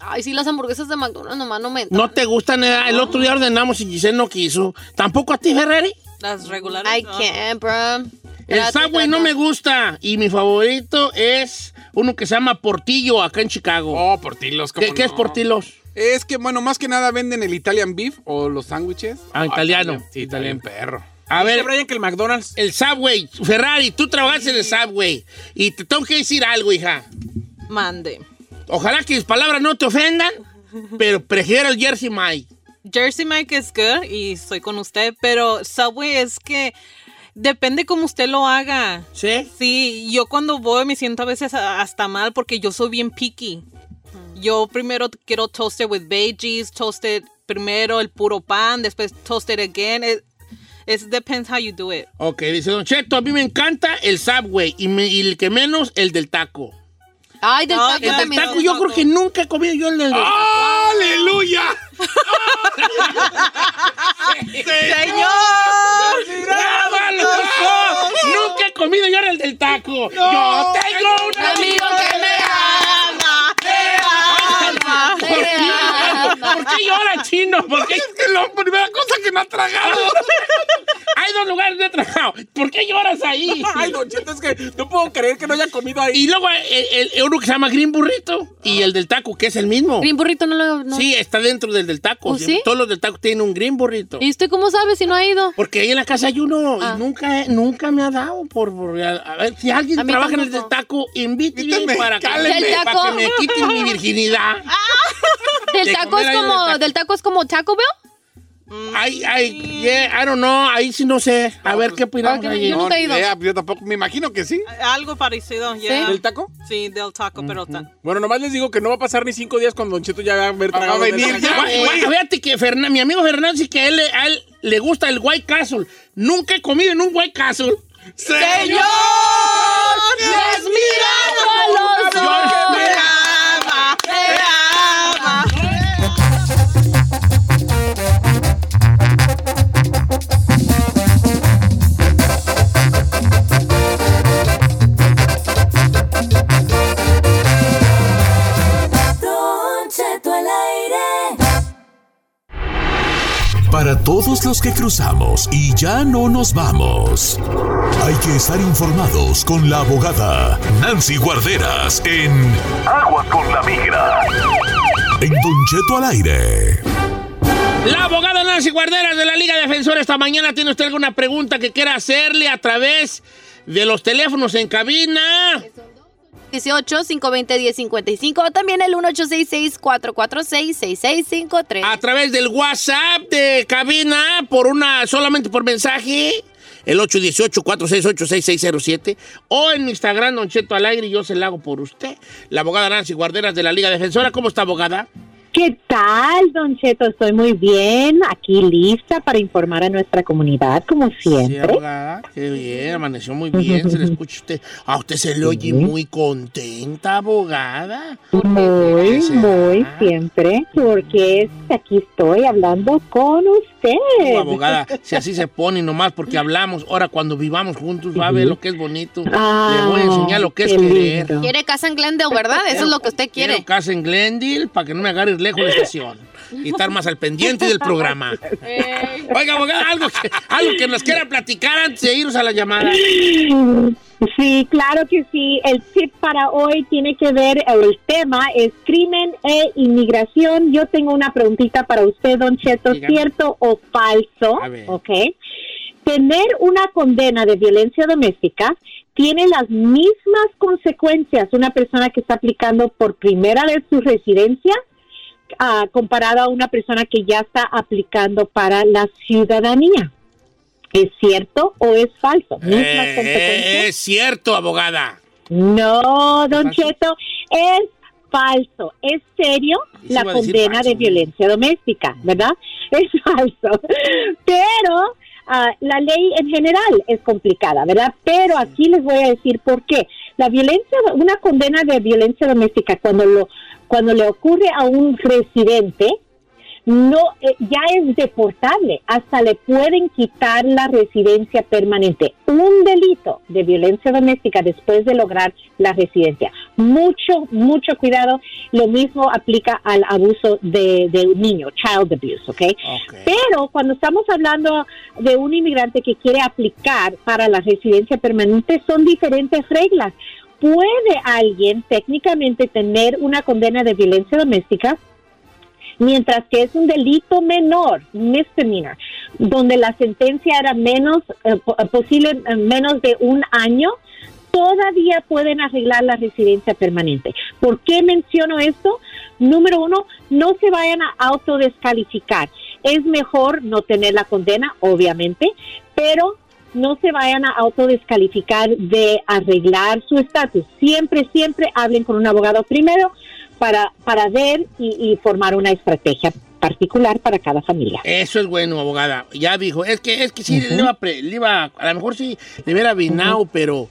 [SPEAKER 3] Ay, sí, las hamburguesas de McDonald's nomás no me entran.
[SPEAKER 1] No te gustan. eh, El otro día ordenamos y Giselle no quiso. Tampoco a ti, Ferrari.
[SPEAKER 5] Las regulares.
[SPEAKER 3] I
[SPEAKER 5] no.
[SPEAKER 3] can't, bro.
[SPEAKER 1] El Subway no me gusta. Y mi favorito es uno que se llama Portillo acá en Chicago.
[SPEAKER 6] Oh, portilos, ¿cómo
[SPEAKER 1] ¿Qué, qué es
[SPEAKER 6] no?
[SPEAKER 1] Portilos?
[SPEAKER 6] Es que, bueno, más que nada venden el Italian Beef o los sándwiches.
[SPEAKER 1] Ah, italiano.
[SPEAKER 6] también. Sí, italiano. perro.
[SPEAKER 1] A
[SPEAKER 2] Dice
[SPEAKER 1] ver,
[SPEAKER 2] Brian que el McDonald's.
[SPEAKER 1] el Subway. Ferrari, tú trabajaste en el Subway. Y te tengo que decir algo, hija.
[SPEAKER 5] Mande.
[SPEAKER 1] Ojalá que mis palabras no te ofendan, pero prefiero el Jersey Mike.
[SPEAKER 5] Jersey Mike es good y estoy con usted, pero Subway es que depende cómo usted lo haga.
[SPEAKER 1] ¿Sí?
[SPEAKER 5] Sí, yo cuando voy me siento a veces a- hasta mal porque yo soy bien picky. Yo primero quiero toasted with veggies, toasted primero el puro pan, después toasted again. It, it depends how you do it.
[SPEAKER 1] Ok, dice Don Cheto, a mí me encanta el Subway y, me- y el que menos, el del taco.
[SPEAKER 3] Ay, del
[SPEAKER 5] No,
[SPEAKER 3] taco
[SPEAKER 1] El
[SPEAKER 5] yo
[SPEAKER 1] del
[SPEAKER 3] también.
[SPEAKER 1] taco yo creo que nunca he comido yo el del
[SPEAKER 6] ¡Ah! ¡Aleluya!
[SPEAKER 5] ¡Señor!
[SPEAKER 1] ¡Bravo, loco! Nunca he comido yo el del taco. Yo tengo un amigo que me ama.
[SPEAKER 3] ama,
[SPEAKER 1] ¿Por
[SPEAKER 3] me
[SPEAKER 1] qué?
[SPEAKER 3] ama.
[SPEAKER 1] ¿Por qué llora chino? ¿Por qué?
[SPEAKER 6] Es que la primera cosa que me ha tragado.
[SPEAKER 1] Hay dos lugares donde he trabajado. ¿Por qué lloras ahí?
[SPEAKER 2] Ay, Don Cheto, es que no puedo creer que no haya comido ahí.
[SPEAKER 1] Y luego eh, el, el- uno que se llama Green Burrito y el del taco, que es el mismo.
[SPEAKER 3] Green burrito no lo... no.
[SPEAKER 1] Sí, está dentro del del taco.
[SPEAKER 3] ¿Oh, sí?
[SPEAKER 1] Todos los del taco tienen un Green Burrito.
[SPEAKER 3] ¿Y usted cómo sabe si no ha ido?
[SPEAKER 1] Porque ahí en la casa hay uno
[SPEAKER 3] Ah.
[SPEAKER 1] y nunca, nunca me ha dado por... por- a, a ver, si alguien
[SPEAKER 3] A mí
[SPEAKER 1] trabaja en el
[SPEAKER 3] tampoco.
[SPEAKER 1] taco, invíteme
[SPEAKER 6] Invíteme,
[SPEAKER 1] para que, para
[SPEAKER 6] cáleme.
[SPEAKER 3] ¿Del taco?
[SPEAKER 1] que me quiten mi virginidad.
[SPEAKER 3] Ah, Del
[SPEAKER 1] de
[SPEAKER 3] taco
[SPEAKER 1] comer
[SPEAKER 3] es
[SPEAKER 1] ahí en el
[SPEAKER 3] como...
[SPEAKER 1] taco.
[SPEAKER 3] Del taco es como Taco Bell.
[SPEAKER 1] Ay, ay, yeah, I don't know, ahí sí no sé. A ver, ¿qué opinamos
[SPEAKER 3] Ok,
[SPEAKER 1] ahí?
[SPEAKER 3] Yo nunca he ido.
[SPEAKER 6] idea, pues yo tampoco, me imagino que sí.
[SPEAKER 5] Algo parecido, ya.
[SPEAKER 3] ¿Sí?
[SPEAKER 2] ¿Del taco?
[SPEAKER 5] Sí, del taco, pero tan-
[SPEAKER 2] Bueno, nomás les digo que no va a pasar ni cinco días cuando Don Cheto ya va a haber
[SPEAKER 6] Va a
[SPEAKER 2] tragado.
[SPEAKER 6] venir
[SPEAKER 2] del
[SPEAKER 6] ya.
[SPEAKER 2] taco.
[SPEAKER 1] Guay- guay, eh, Fíjate que Fernan- mi amigo Fernández sí que a él, a él le gusta el White Castle. Nunca he comido en un White Castle.
[SPEAKER 6] ¡Señor!
[SPEAKER 1] ¡Les
[SPEAKER 3] los dos!
[SPEAKER 4] Don Cheto al aire.
[SPEAKER 10] Para todos los que cruzamos y ya no nos vamos, hay que estar informados con la abogada Nancy Guarderas en Aguas con la Migra. En Don Cheto al aire.
[SPEAKER 1] La abogada Nancy Guarderas de la Liga Defensora esta mañana tiene usted alguna pregunta que quiera hacerle a través de los teléfonos en cabina.
[SPEAKER 3] 18-520-1055 o también el 1866-446-6653.
[SPEAKER 11] Ah.
[SPEAKER 1] a través del WhatsApp de cabina por una solamente por mensaje el 818-468-6607 o en Instagram Don Cheto al aire y yo se la hago por usted. La abogada Nancy Guarderas de la Liga Defensora, ¿cómo está abogada?
[SPEAKER 12] ¿Qué tal, Don Cheto? Estoy muy bien, aquí lista para informar a nuestra comunidad, como siempre.
[SPEAKER 1] abogada, qué bien, amaneció muy bien, se le escucha a usted. A usted se le oye muy contenta, abogada.
[SPEAKER 12] Muy, muy
[SPEAKER 1] "Ah,
[SPEAKER 12] siempre, porque es que aquí estoy hablando con usted.
[SPEAKER 1] Uh, abogada, si así se pone nomás porque hablamos, ahora cuando vivamos juntos va a ver lo que es bonito. le voy a enseñar lo que es
[SPEAKER 12] Ah,
[SPEAKER 3] Ah,
[SPEAKER 12] qué
[SPEAKER 1] querer.
[SPEAKER 12] lindo.
[SPEAKER 3] Quiere casa en Glendale, ¿verdad? Eso es lo que usted
[SPEAKER 1] Quiero
[SPEAKER 3] quiere.
[SPEAKER 1] casa en Glendale para que no me agarres lejos de la estación y estar más al pendiente del programa. Oiga, abogada, algo que, algo que nos quiera platicar antes de irnos a la llamada.
[SPEAKER 12] Sí, claro que sí. El tip para hoy tiene que ver, el tema es crimen e inmigración. Yo tengo una preguntita para usted, don Cheto,
[SPEAKER 1] Dígame.
[SPEAKER 12] ¿cierto o falso?
[SPEAKER 1] A ver.
[SPEAKER 12] Ok. Tener una condena de violencia doméstica tiene las mismas consecuencias una persona que está aplicando por primera vez su residencia ah, comparado a una persona que ya está aplicando para la ciudadanía. ¿Es cierto o es falso? Mismas
[SPEAKER 1] Eh,
[SPEAKER 12] consecuencias.
[SPEAKER 1] es cierto, abogada.
[SPEAKER 12] No, don
[SPEAKER 1] falso?
[SPEAKER 12] Cheto, es falso, es serio
[SPEAKER 1] Y se
[SPEAKER 12] la
[SPEAKER 1] iba a decir
[SPEAKER 12] condena
[SPEAKER 1] falso,
[SPEAKER 12] de
[SPEAKER 1] ¿no?
[SPEAKER 12] violencia doméstica, ¿verdad? Es falso. Pero ah, la ley en general es complicada, ¿verdad? Pero aquí les voy a decir por qué. La violencia, una condena de violencia doméstica cuando lo cuando le ocurre a un residente no eh, ya es deportable, hasta le pueden quitar la residencia permanente. Un delito de violencia doméstica después de lograr la residencia. Mucho, mucho cuidado. Lo mismo aplica al abuso de, de un niño, child abuse, ¿ok?
[SPEAKER 1] Ok.
[SPEAKER 12] Pero cuando estamos hablando de un inmigrante que quiere aplicar para la residencia permanente, son diferentes reglas. Puede alguien técnicamente tener una condena de violencia doméstica, mientras que es un delito menor, misdemeanor, donde la sentencia era menos eh, po- posible eh, menos de un año, todavía pueden arreglar la residencia permanente. ¿Por qué menciono esto? Número uno, no se vayan a autodescalificar. Es mejor no tener la condena, obviamente, pero no se vayan a autodescalificar de arreglar su estatus. Siempre, siempre hablen con un abogado primero para, para ver y, y formar una estrategia particular para cada familia.
[SPEAKER 1] Eso es bueno, abogada. Ya dijo, es que, es que sí, le, iba a pre- le iba, a lo mejor sí, le hubiera vinado, pero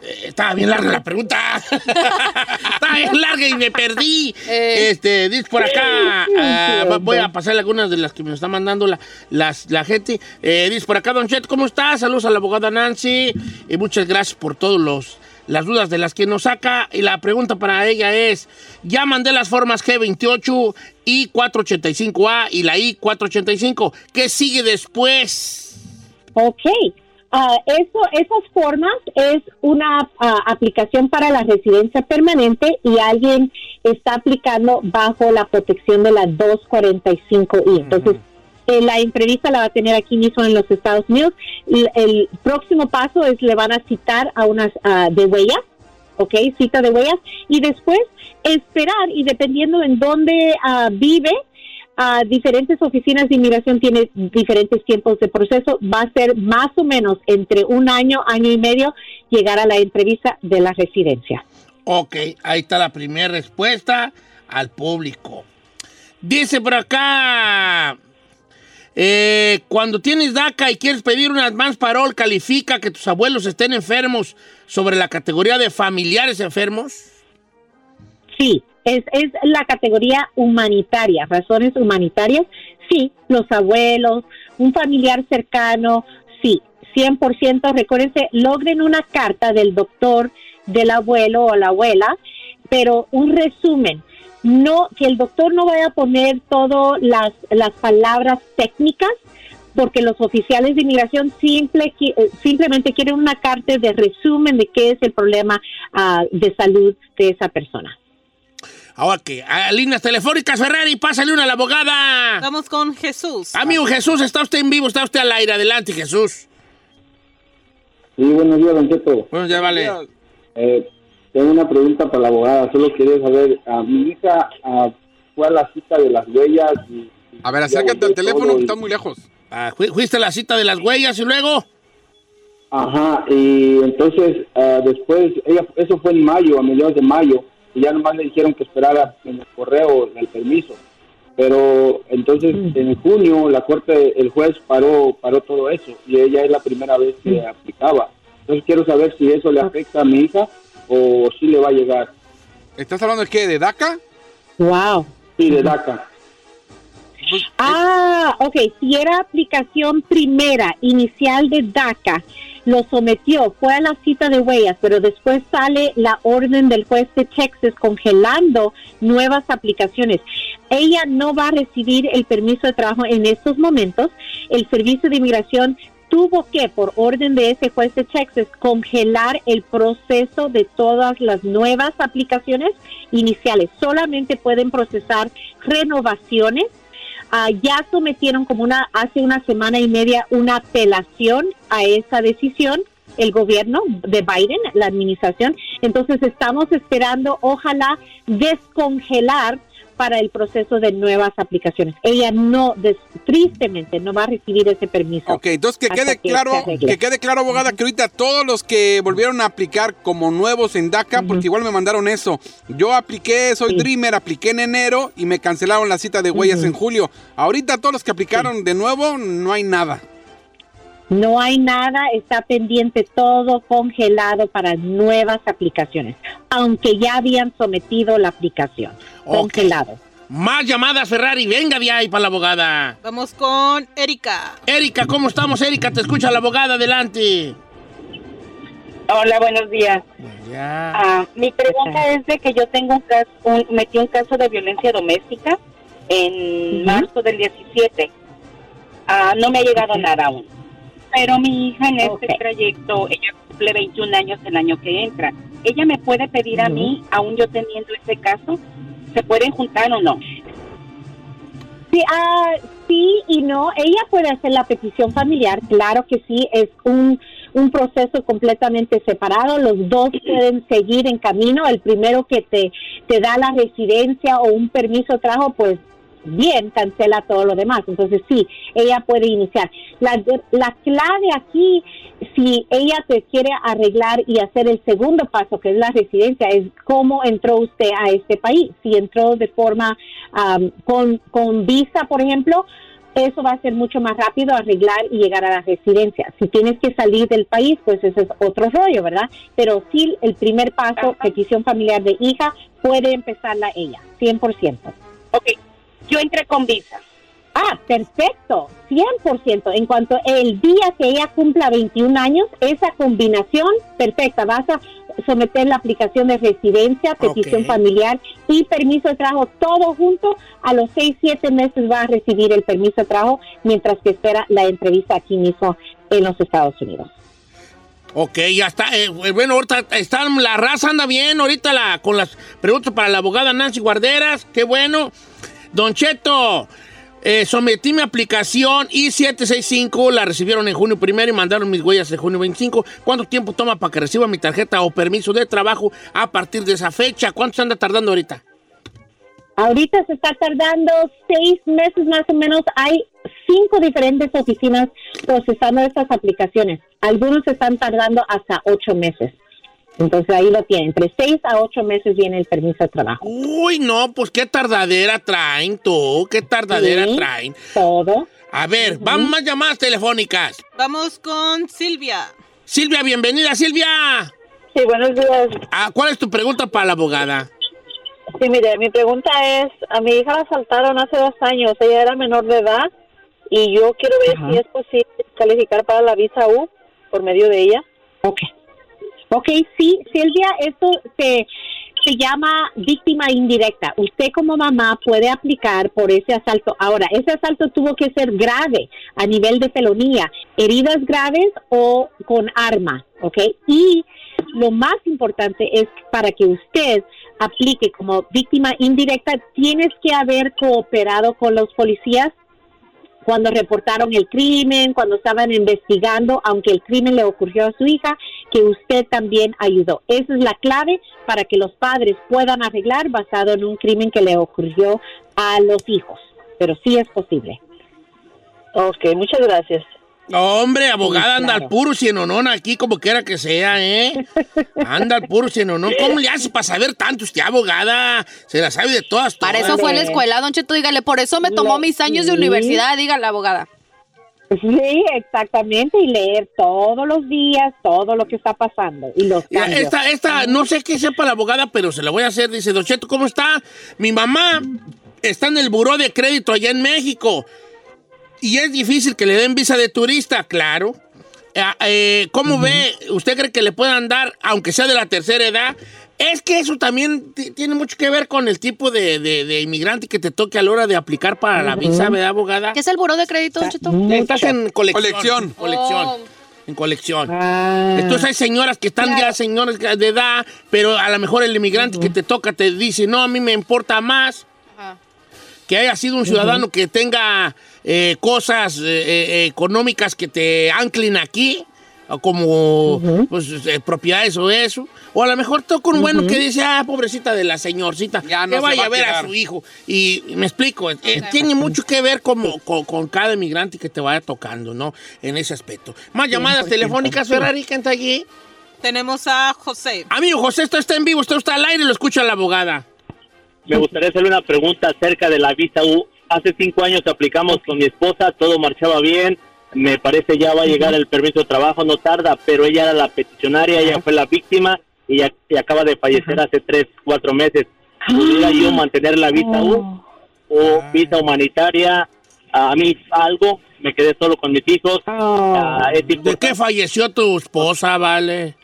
[SPEAKER 1] eh, estaba bien larga la pregunta. estaba bien larga y me perdí. Este, dice por acá, ah,
[SPEAKER 12] entiendo.
[SPEAKER 1] voy a pasar algunas de las que me está mandando la, las, la gente. Eh, dice por acá, Don Chet, ¿cómo estás? Saludos a la abogada Nancy y muchas gracias por todos los las dudas de las que nos saca y la pregunta para ella es, ya mandé las formas G28 y 485A y la I485, ¿qué sigue después?
[SPEAKER 12] Ok. Ah, eso, esas formas es una ah, aplicación para la residencia permanente y alguien está aplicando bajo la protección de la 245I. Entonces, eh, la entrevista la va a tener aquí mismo en los Estados Unidos. Y el próximo paso es le van a citar a unas ah, de huellas, ¿ok? Cita de huellas. Y después esperar y dependiendo en dónde ah, vive, a diferentes oficinas de inmigración tiene diferentes tiempos de proceso. Va a ser más o menos entre un año, año y medio llegar a la entrevista de la residencia.
[SPEAKER 1] Ok, ahí está la primera respuesta al público. Dice por acá, eh, cuando tienes DACA y quieres pedir un advance parol, califica que tus abuelos estén enfermos sobre la categoría de familiares enfermos.
[SPEAKER 12] Sí, es, es la categoría humanitaria, razones humanitarias. Sí, los abuelos, un familiar cercano, sí, 100%. Recuérdense, logren una carta del doctor, del abuelo o la abuela, pero un resumen. no, que el doctor no vaya a poner todas las, las palabras técnicas, porque los oficiales de inmigración simple, qui- eh, simplemente quieren una carta de resumen de qué es el problema ah, de salud de esa persona.
[SPEAKER 1] Ahora que, Ah, a líneas telefónicas, Ferrari, pásale una a la abogada.
[SPEAKER 5] Vamos con Jesús.
[SPEAKER 1] Amigo Jesús, está usted en vivo, está usted al aire. Adelante, Jesús.
[SPEAKER 13] Sí, buenos días, Don Cheto.
[SPEAKER 1] Bueno, ya vale.
[SPEAKER 13] Eh, tengo una pregunta para la abogada. Solo quería saber, a mi hija ah, fue a la cita de las huellas. y-
[SPEAKER 6] A ver, acércate al teléfono que está muy lejos.
[SPEAKER 1] Ah, fui- fuiste a la cita de las huellas y luego.
[SPEAKER 13] Ajá, y entonces ah, después, ella, eso fue en mayo, a mediados de mayo, y ya nomás le dijeron que esperara en el correo el permiso. Pero entonces en junio la corte, el juez paró, paró todo eso y ella es la primera vez que aplicaba. Entonces quiero saber si eso le afecta a mi hija o si le va a llegar.
[SPEAKER 6] ¿Estás hablando de qué? ¿De DACA?
[SPEAKER 12] Wow.
[SPEAKER 13] Sí, de DACA.
[SPEAKER 12] Ah, ok. Si era aplicación primera, inicial de DACA, lo sometió, fue a la cita de huellas, pero después sale la orden del juez de Texas congelando nuevas aplicaciones. Ella no va a recibir el permiso de trabajo en estos momentos. El Servicio de Inmigración tuvo que, por orden de ese juez de Texas, congelar el proceso de todas las nuevas aplicaciones iniciales. Solamente pueden procesar renovaciones Ah, ya sometieron como una hace una semana y media una apelación a esa decisión el gobierno de Biden, la administración. Entonces estamos esperando, ojalá, descongelar para el proceso de nuevas aplicaciones. Ella no, des- tristemente, no va a recibir ese permiso.
[SPEAKER 6] Ok, entonces que
[SPEAKER 12] Hasta
[SPEAKER 6] quede
[SPEAKER 12] que
[SPEAKER 6] claro,
[SPEAKER 12] se arregle.
[SPEAKER 6] que quede claro, abogada, que ahorita todos los que volvieron a aplicar como nuevos en DACA, porque igual me mandaron eso. Yo apliqué, soy Dreamer, apliqué en enero y me cancelaron la cita de huellas
[SPEAKER 12] Ujú.
[SPEAKER 6] en julio. Ahorita todos los que aplicaron de nuevo, no hay nada.
[SPEAKER 12] No hay nada, está pendiente todo congelado para nuevas aplicaciones, aunque ya habían sometido la aplicación. Congelado.
[SPEAKER 1] Más llamadas, Ferrari. Venga de ahí para la abogada.
[SPEAKER 5] Vamos con Erika.
[SPEAKER 1] Erika, ¿cómo estamos, Erika? Te escucha la abogada. Adelante.
[SPEAKER 14] Hola, buenos días. Ah, mi pregunta es de que yo tengo un caso,
[SPEAKER 12] eh,
[SPEAKER 14] un- metí un caso de violencia doméstica en marzo del 17. Ah, no me ha llegado nada aún. Pero mi hija en este trayecto, ella cumple 21 años el año que entra. ¿Ella me puede pedir a mí, aún yo teniendo ese caso, se pueden juntar o no?
[SPEAKER 12] Sí, ah, sí y no. Ella puede hacer la petición familiar, claro que sí, es un, un proceso completamente separado. Los dos pueden seguir en camino. El primero que te, te da la residencia o un permiso de trabajo, pues bien, cancela todo lo demás. Entonces sí, ella puede iniciar. La, la clave aquí, si ella te quiere arreglar y hacer el segundo paso, que es la residencia, es cómo entró usted a este país. Si entró de forma am, con, con visa, por ejemplo, eso va a ser mucho más rápido arreglar y llegar a la residencia. Si tienes que salir del país, pues ese es otro rollo, ¿verdad? Pero sí, el primer paso, petición familiar de hija, puede empezarla ella, 100%.
[SPEAKER 14] Ok, yo entré con visa.
[SPEAKER 12] Ah, perfecto, 100%. En cuanto el día que ella cumpla 21 años, esa combinación perfecta, vas a someter la aplicación de residencia, petición
[SPEAKER 11] Ok.
[SPEAKER 12] familiar y permiso de trabajo, todo junto, a los 6, 7 meses vas a recibir el permiso de trabajo mientras que espera la entrevista aquí mismo en los Estados Unidos.
[SPEAKER 1] Ok, ya está. Eh, bueno, ahorita está, la raza anda bien. Ahorita la, con las preguntas para la abogada Nancy Guarderas. Qué bueno. Don Cheto, eh, sometí mi aplicación I-765. La recibieron en junio primero y mandaron mis huellas en junio 25. ¿Cuánto tiempo toma para que reciba mi tarjeta o permiso de trabajo a partir de esa fecha? ¿Cuánto se anda tardando ahorita?
[SPEAKER 12] Ahorita se está tardando seis meses más o menos. Hay cinco diferentes oficinas procesando estas aplicaciones. Algunos se están tardando hasta ocho meses. Entonces ahí lo tiene. Entre seis a ocho meses viene el permiso de trabajo.
[SPEAKER 1] Uy, no, pues qué tardadera traen, tú. Qué tardadera
[SPEAKER 12] Sí,
[SPEAKER 1] traen.
[SPEAKER 12] Todo.
[SPEAKER 1] A ver, vamos más llamadas telefónicas.
[SPEAKER 5] Vamos con Silvia.
[SPEAKER 1] Silvia, bienvenida, Silvia.
[SPEAKER 15] Sí, buenos días.
[SPEAKER 1] Ah, ¿Cuál es tu pregunta para la abogada?
[SPEAKER 15] Sí, mire, mi pregunta es, a mi hija la asaltaron hace dos años, ella era menor de edad y yo quiero ver
[SPEAKER 12] Ajá.
[SPEAKER 15] si es posible calificar para la visa U por medio de ella.
[SPEAKER 12] Ok, sí, Silvia, esto se, se llama víctima indirecta. Usted como mamá puede aplicar por ese asalto. Ahora, ese asalto tuvo que ser grave a nivel de felonía, heridas graves o con arma, ¿ok? Y lo más importante es para que usted aplique como víctima indirecta, tienes que haber cooperado con los policías cuando reportaron el crimen, cuando estaban investigando, aunque el crimen le ocurrió a su hija, que usted también ayudó. Esa es la clave para que los padres puedan arreglar basado en un crimen que le ocurrió a los hijos. Pero sí es posible.
[SPEAKER 15] Ok, muchas gracias.
[SPEAKER 1] No, hombre, abogada,
[SPEAKER 15] Sí,
[SPEAKER 1] anda al
[SPEAKER 15] claro.
[SPEAKER 1] puro cienonón aquí, como quiera que sea, ¿eh? Anda al puro cienonón. ¿Cómo le hace para saber tanto usted, abogada? Se la sabe de todas,
[SPEAKER 3] Para eso fue la escuela, don Cheto, dígale, por eso me tomó mis años de
[SPEAKER 12] Sí.
[SPEAKER 3] universidad, dígale, abogada.
[SPEAKER 12] Sí, exactamente, y leer todos los días todo lo que está pasando y los
[SPEAKER 1] Ya,
[SPEAKER 12] cambios.
[SPEAKER 1] Esta, esta, no sé qué sepa la abogada, pero se la voy a hacer. Dice, Don Cheto, ¿cómo está? Mi mamá está en el buró de crédito allá en México. Y es difícil que le den visa de turista, claro. Eh, eh, ¿Cómo ve? ¿Usted cree que le puedan dar, aunque sea de la tercera edad? Es que eso también ti- tiene mucho que ver con el tipo de, de- de inmigrante que te toque a la hora de aplicar para la visa, ¿verdad, abogada?
[SPEAKER 3] ¿Qué es el buró de crédito, don
[SPEAKER 11] Mm.
[SPEAKER 3] Cheto?
[SPEAKER 1] Estás en colección. Ah.
[SPEAKER 6] Colección.
[SPEAKER 1] Colección.
[SPEAKER 3] Oh.
[SPEAKER 1] En colección. Entonces hay señoras que están ya señoras de edad, pero a lo mejor el inmigrante que te toca te dice, no, a mí me importa más que haya sido un ciudadano que tenga eh, cosas eh, eh, económicas que te anclen aquí, o como pues, eh, propiedades o eso. O a lo mejor toca un bueno que dice, ah, pobrecita de la señorcita,
[SPEAKER 6] no
[SPEAKER 1] que vaya
[SPEAKER 6] se va
[SPEAKER 1] a
[SPEAKER 6] a
[SPEAKER 1] ver a
[SPEAKER 6] quedar".
[SPEAKER 1] su hijo. Y me explico, eh, tiene mucho que ver como, con, con cada inmigrante que te vaya tocando, ¿no? En ese aspecto. Más llamadas
[SPEAKER 5] 100%.
[SPEAKER 1] telefónicas, Ferrari, ¿quién está allí?
[SPEAKER 5] Tenemos a José.
[SPEAKER 1] Amigo José, esto está en vivo, usted está al aire, lo escucha la abogada.
[SPEAKER 11] Me gustaría hacerle una pregunta acerca de la visa U. Hace cinco años aplicamos con mi esposa, todo marchaba bien. Me parece ya va a llegar el permiso de trabajo, no tarda, pero ella era la peticionaria, ella fue la víctima y, ya- y acaba de fallecer hace tres, cuatro meses. ¿Pudiera
[SPEAKER 1] Ah.
[SPEAKER 11] yo mantener la visa U
[SPEAKER 1] Oh.
[SPEAKER 11] o visa humanitaria? A mí algo, me quedé solo con mis hijos. Ah, es
[SPEAKER 1] ¿De qué falleció tu esposa, vale?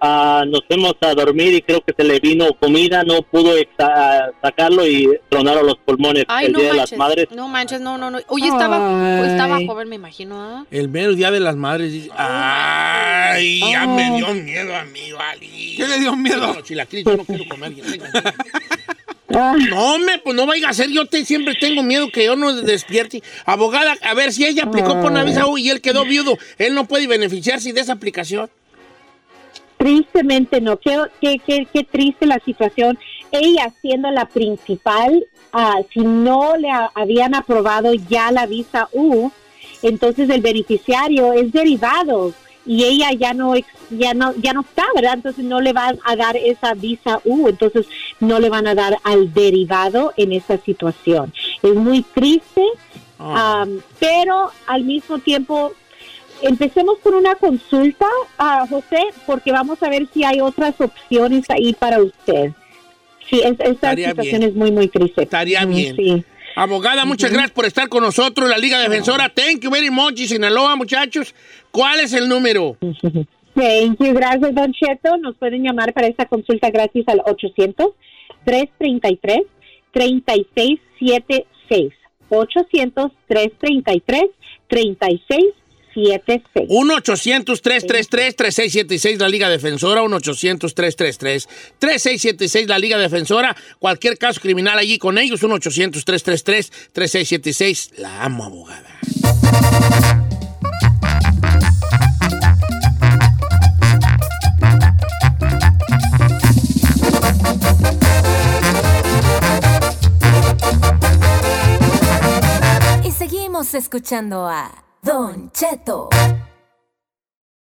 [SPEAKER 11] Ah, nos fuimos a dormir y creo que se le vino comida, no pudo exa- sacarlo y tronaron los pulmones
[SPEAKER 3] Ay,
[SPEAKER 11] el
[SPEAKER 3] no
[SPEAKER 11] Día de
[SPEAKER 3] manches.
[SPEAKER 11] las Madres.
[SPEAKER 3] No manches, no, no, no. Oye, estaba,
[SPEAKER 1] Ay.
[SPEAKER 3] estaba joven, me imagino, ¿ah?
[SPEAKER 1] El mero día de las madres. dice, Ay, ya
[SPEAKER 3] Ay.
[SPEAKER 1] me dio miedo a mí, vale. ¿Qué le dio miedo? No, chilaquiles, yo no quiero comer. yo tengo miedo. No, me, pues no vaya a ser. Yo te- siempre tengo miedo que yo no despierte. Abogada, a ver si ella aplicó por una visa U y él quedó viudo. Él no puede beneficiarse de esa aplicación.
[SPEAKER 12] Tristemente, no. Qué, qué, qué- qué triste la situación. Ella siendo la principal, ah, si no le a- habían aprobado ya la visa U, entonces el beneficiario es derivado y ella ya no ex- ya no ya no está, ¿verdad? Entonces no le van a dar esa visa U, entonces no le van a dar al derivado en esta situación. Es muy triste,
[SPEAKER 1] Ah.
[SPEAKER 12] am, pero al mismo tiempo empecemos con una consulta, a José, porque vamos a ver si hay otras opciones ahí para usted. Sí, es- esta
[SPEAKER 1] Estaría
[SPEAKER 12] situación
[SPEAKER 1] bien.
[SPEAKER 12] es muy, muy triste.
[SPEAKER 1] Estaría
[SPEAKER 12] Mm,
[SPEAKER 1] bien.
[SPEAKER 12] Sí.
[SPEAKER 1] Abogada, muchas gracias por estar con nosotros. La Liga Defensora, thank you very much. Y Sinaloa, muchachos, ¿cuál es el número?
[SPEAKER 12] Thank you, gracias, Don Cheto. Nos pueden llamar para esta consulta gratis al 800-333-3676. 800-333-3676.
[SPEAKER 1] 1-800-333-3676, la Liga Defensora. 1-800-333-3676, la Liga Defensora. Cualquier caso criminal allí con ellos. 1-800-333-3676. La amo, abogada.
[SPEAKER 4] Y seguimos escuchando a Don Cheto.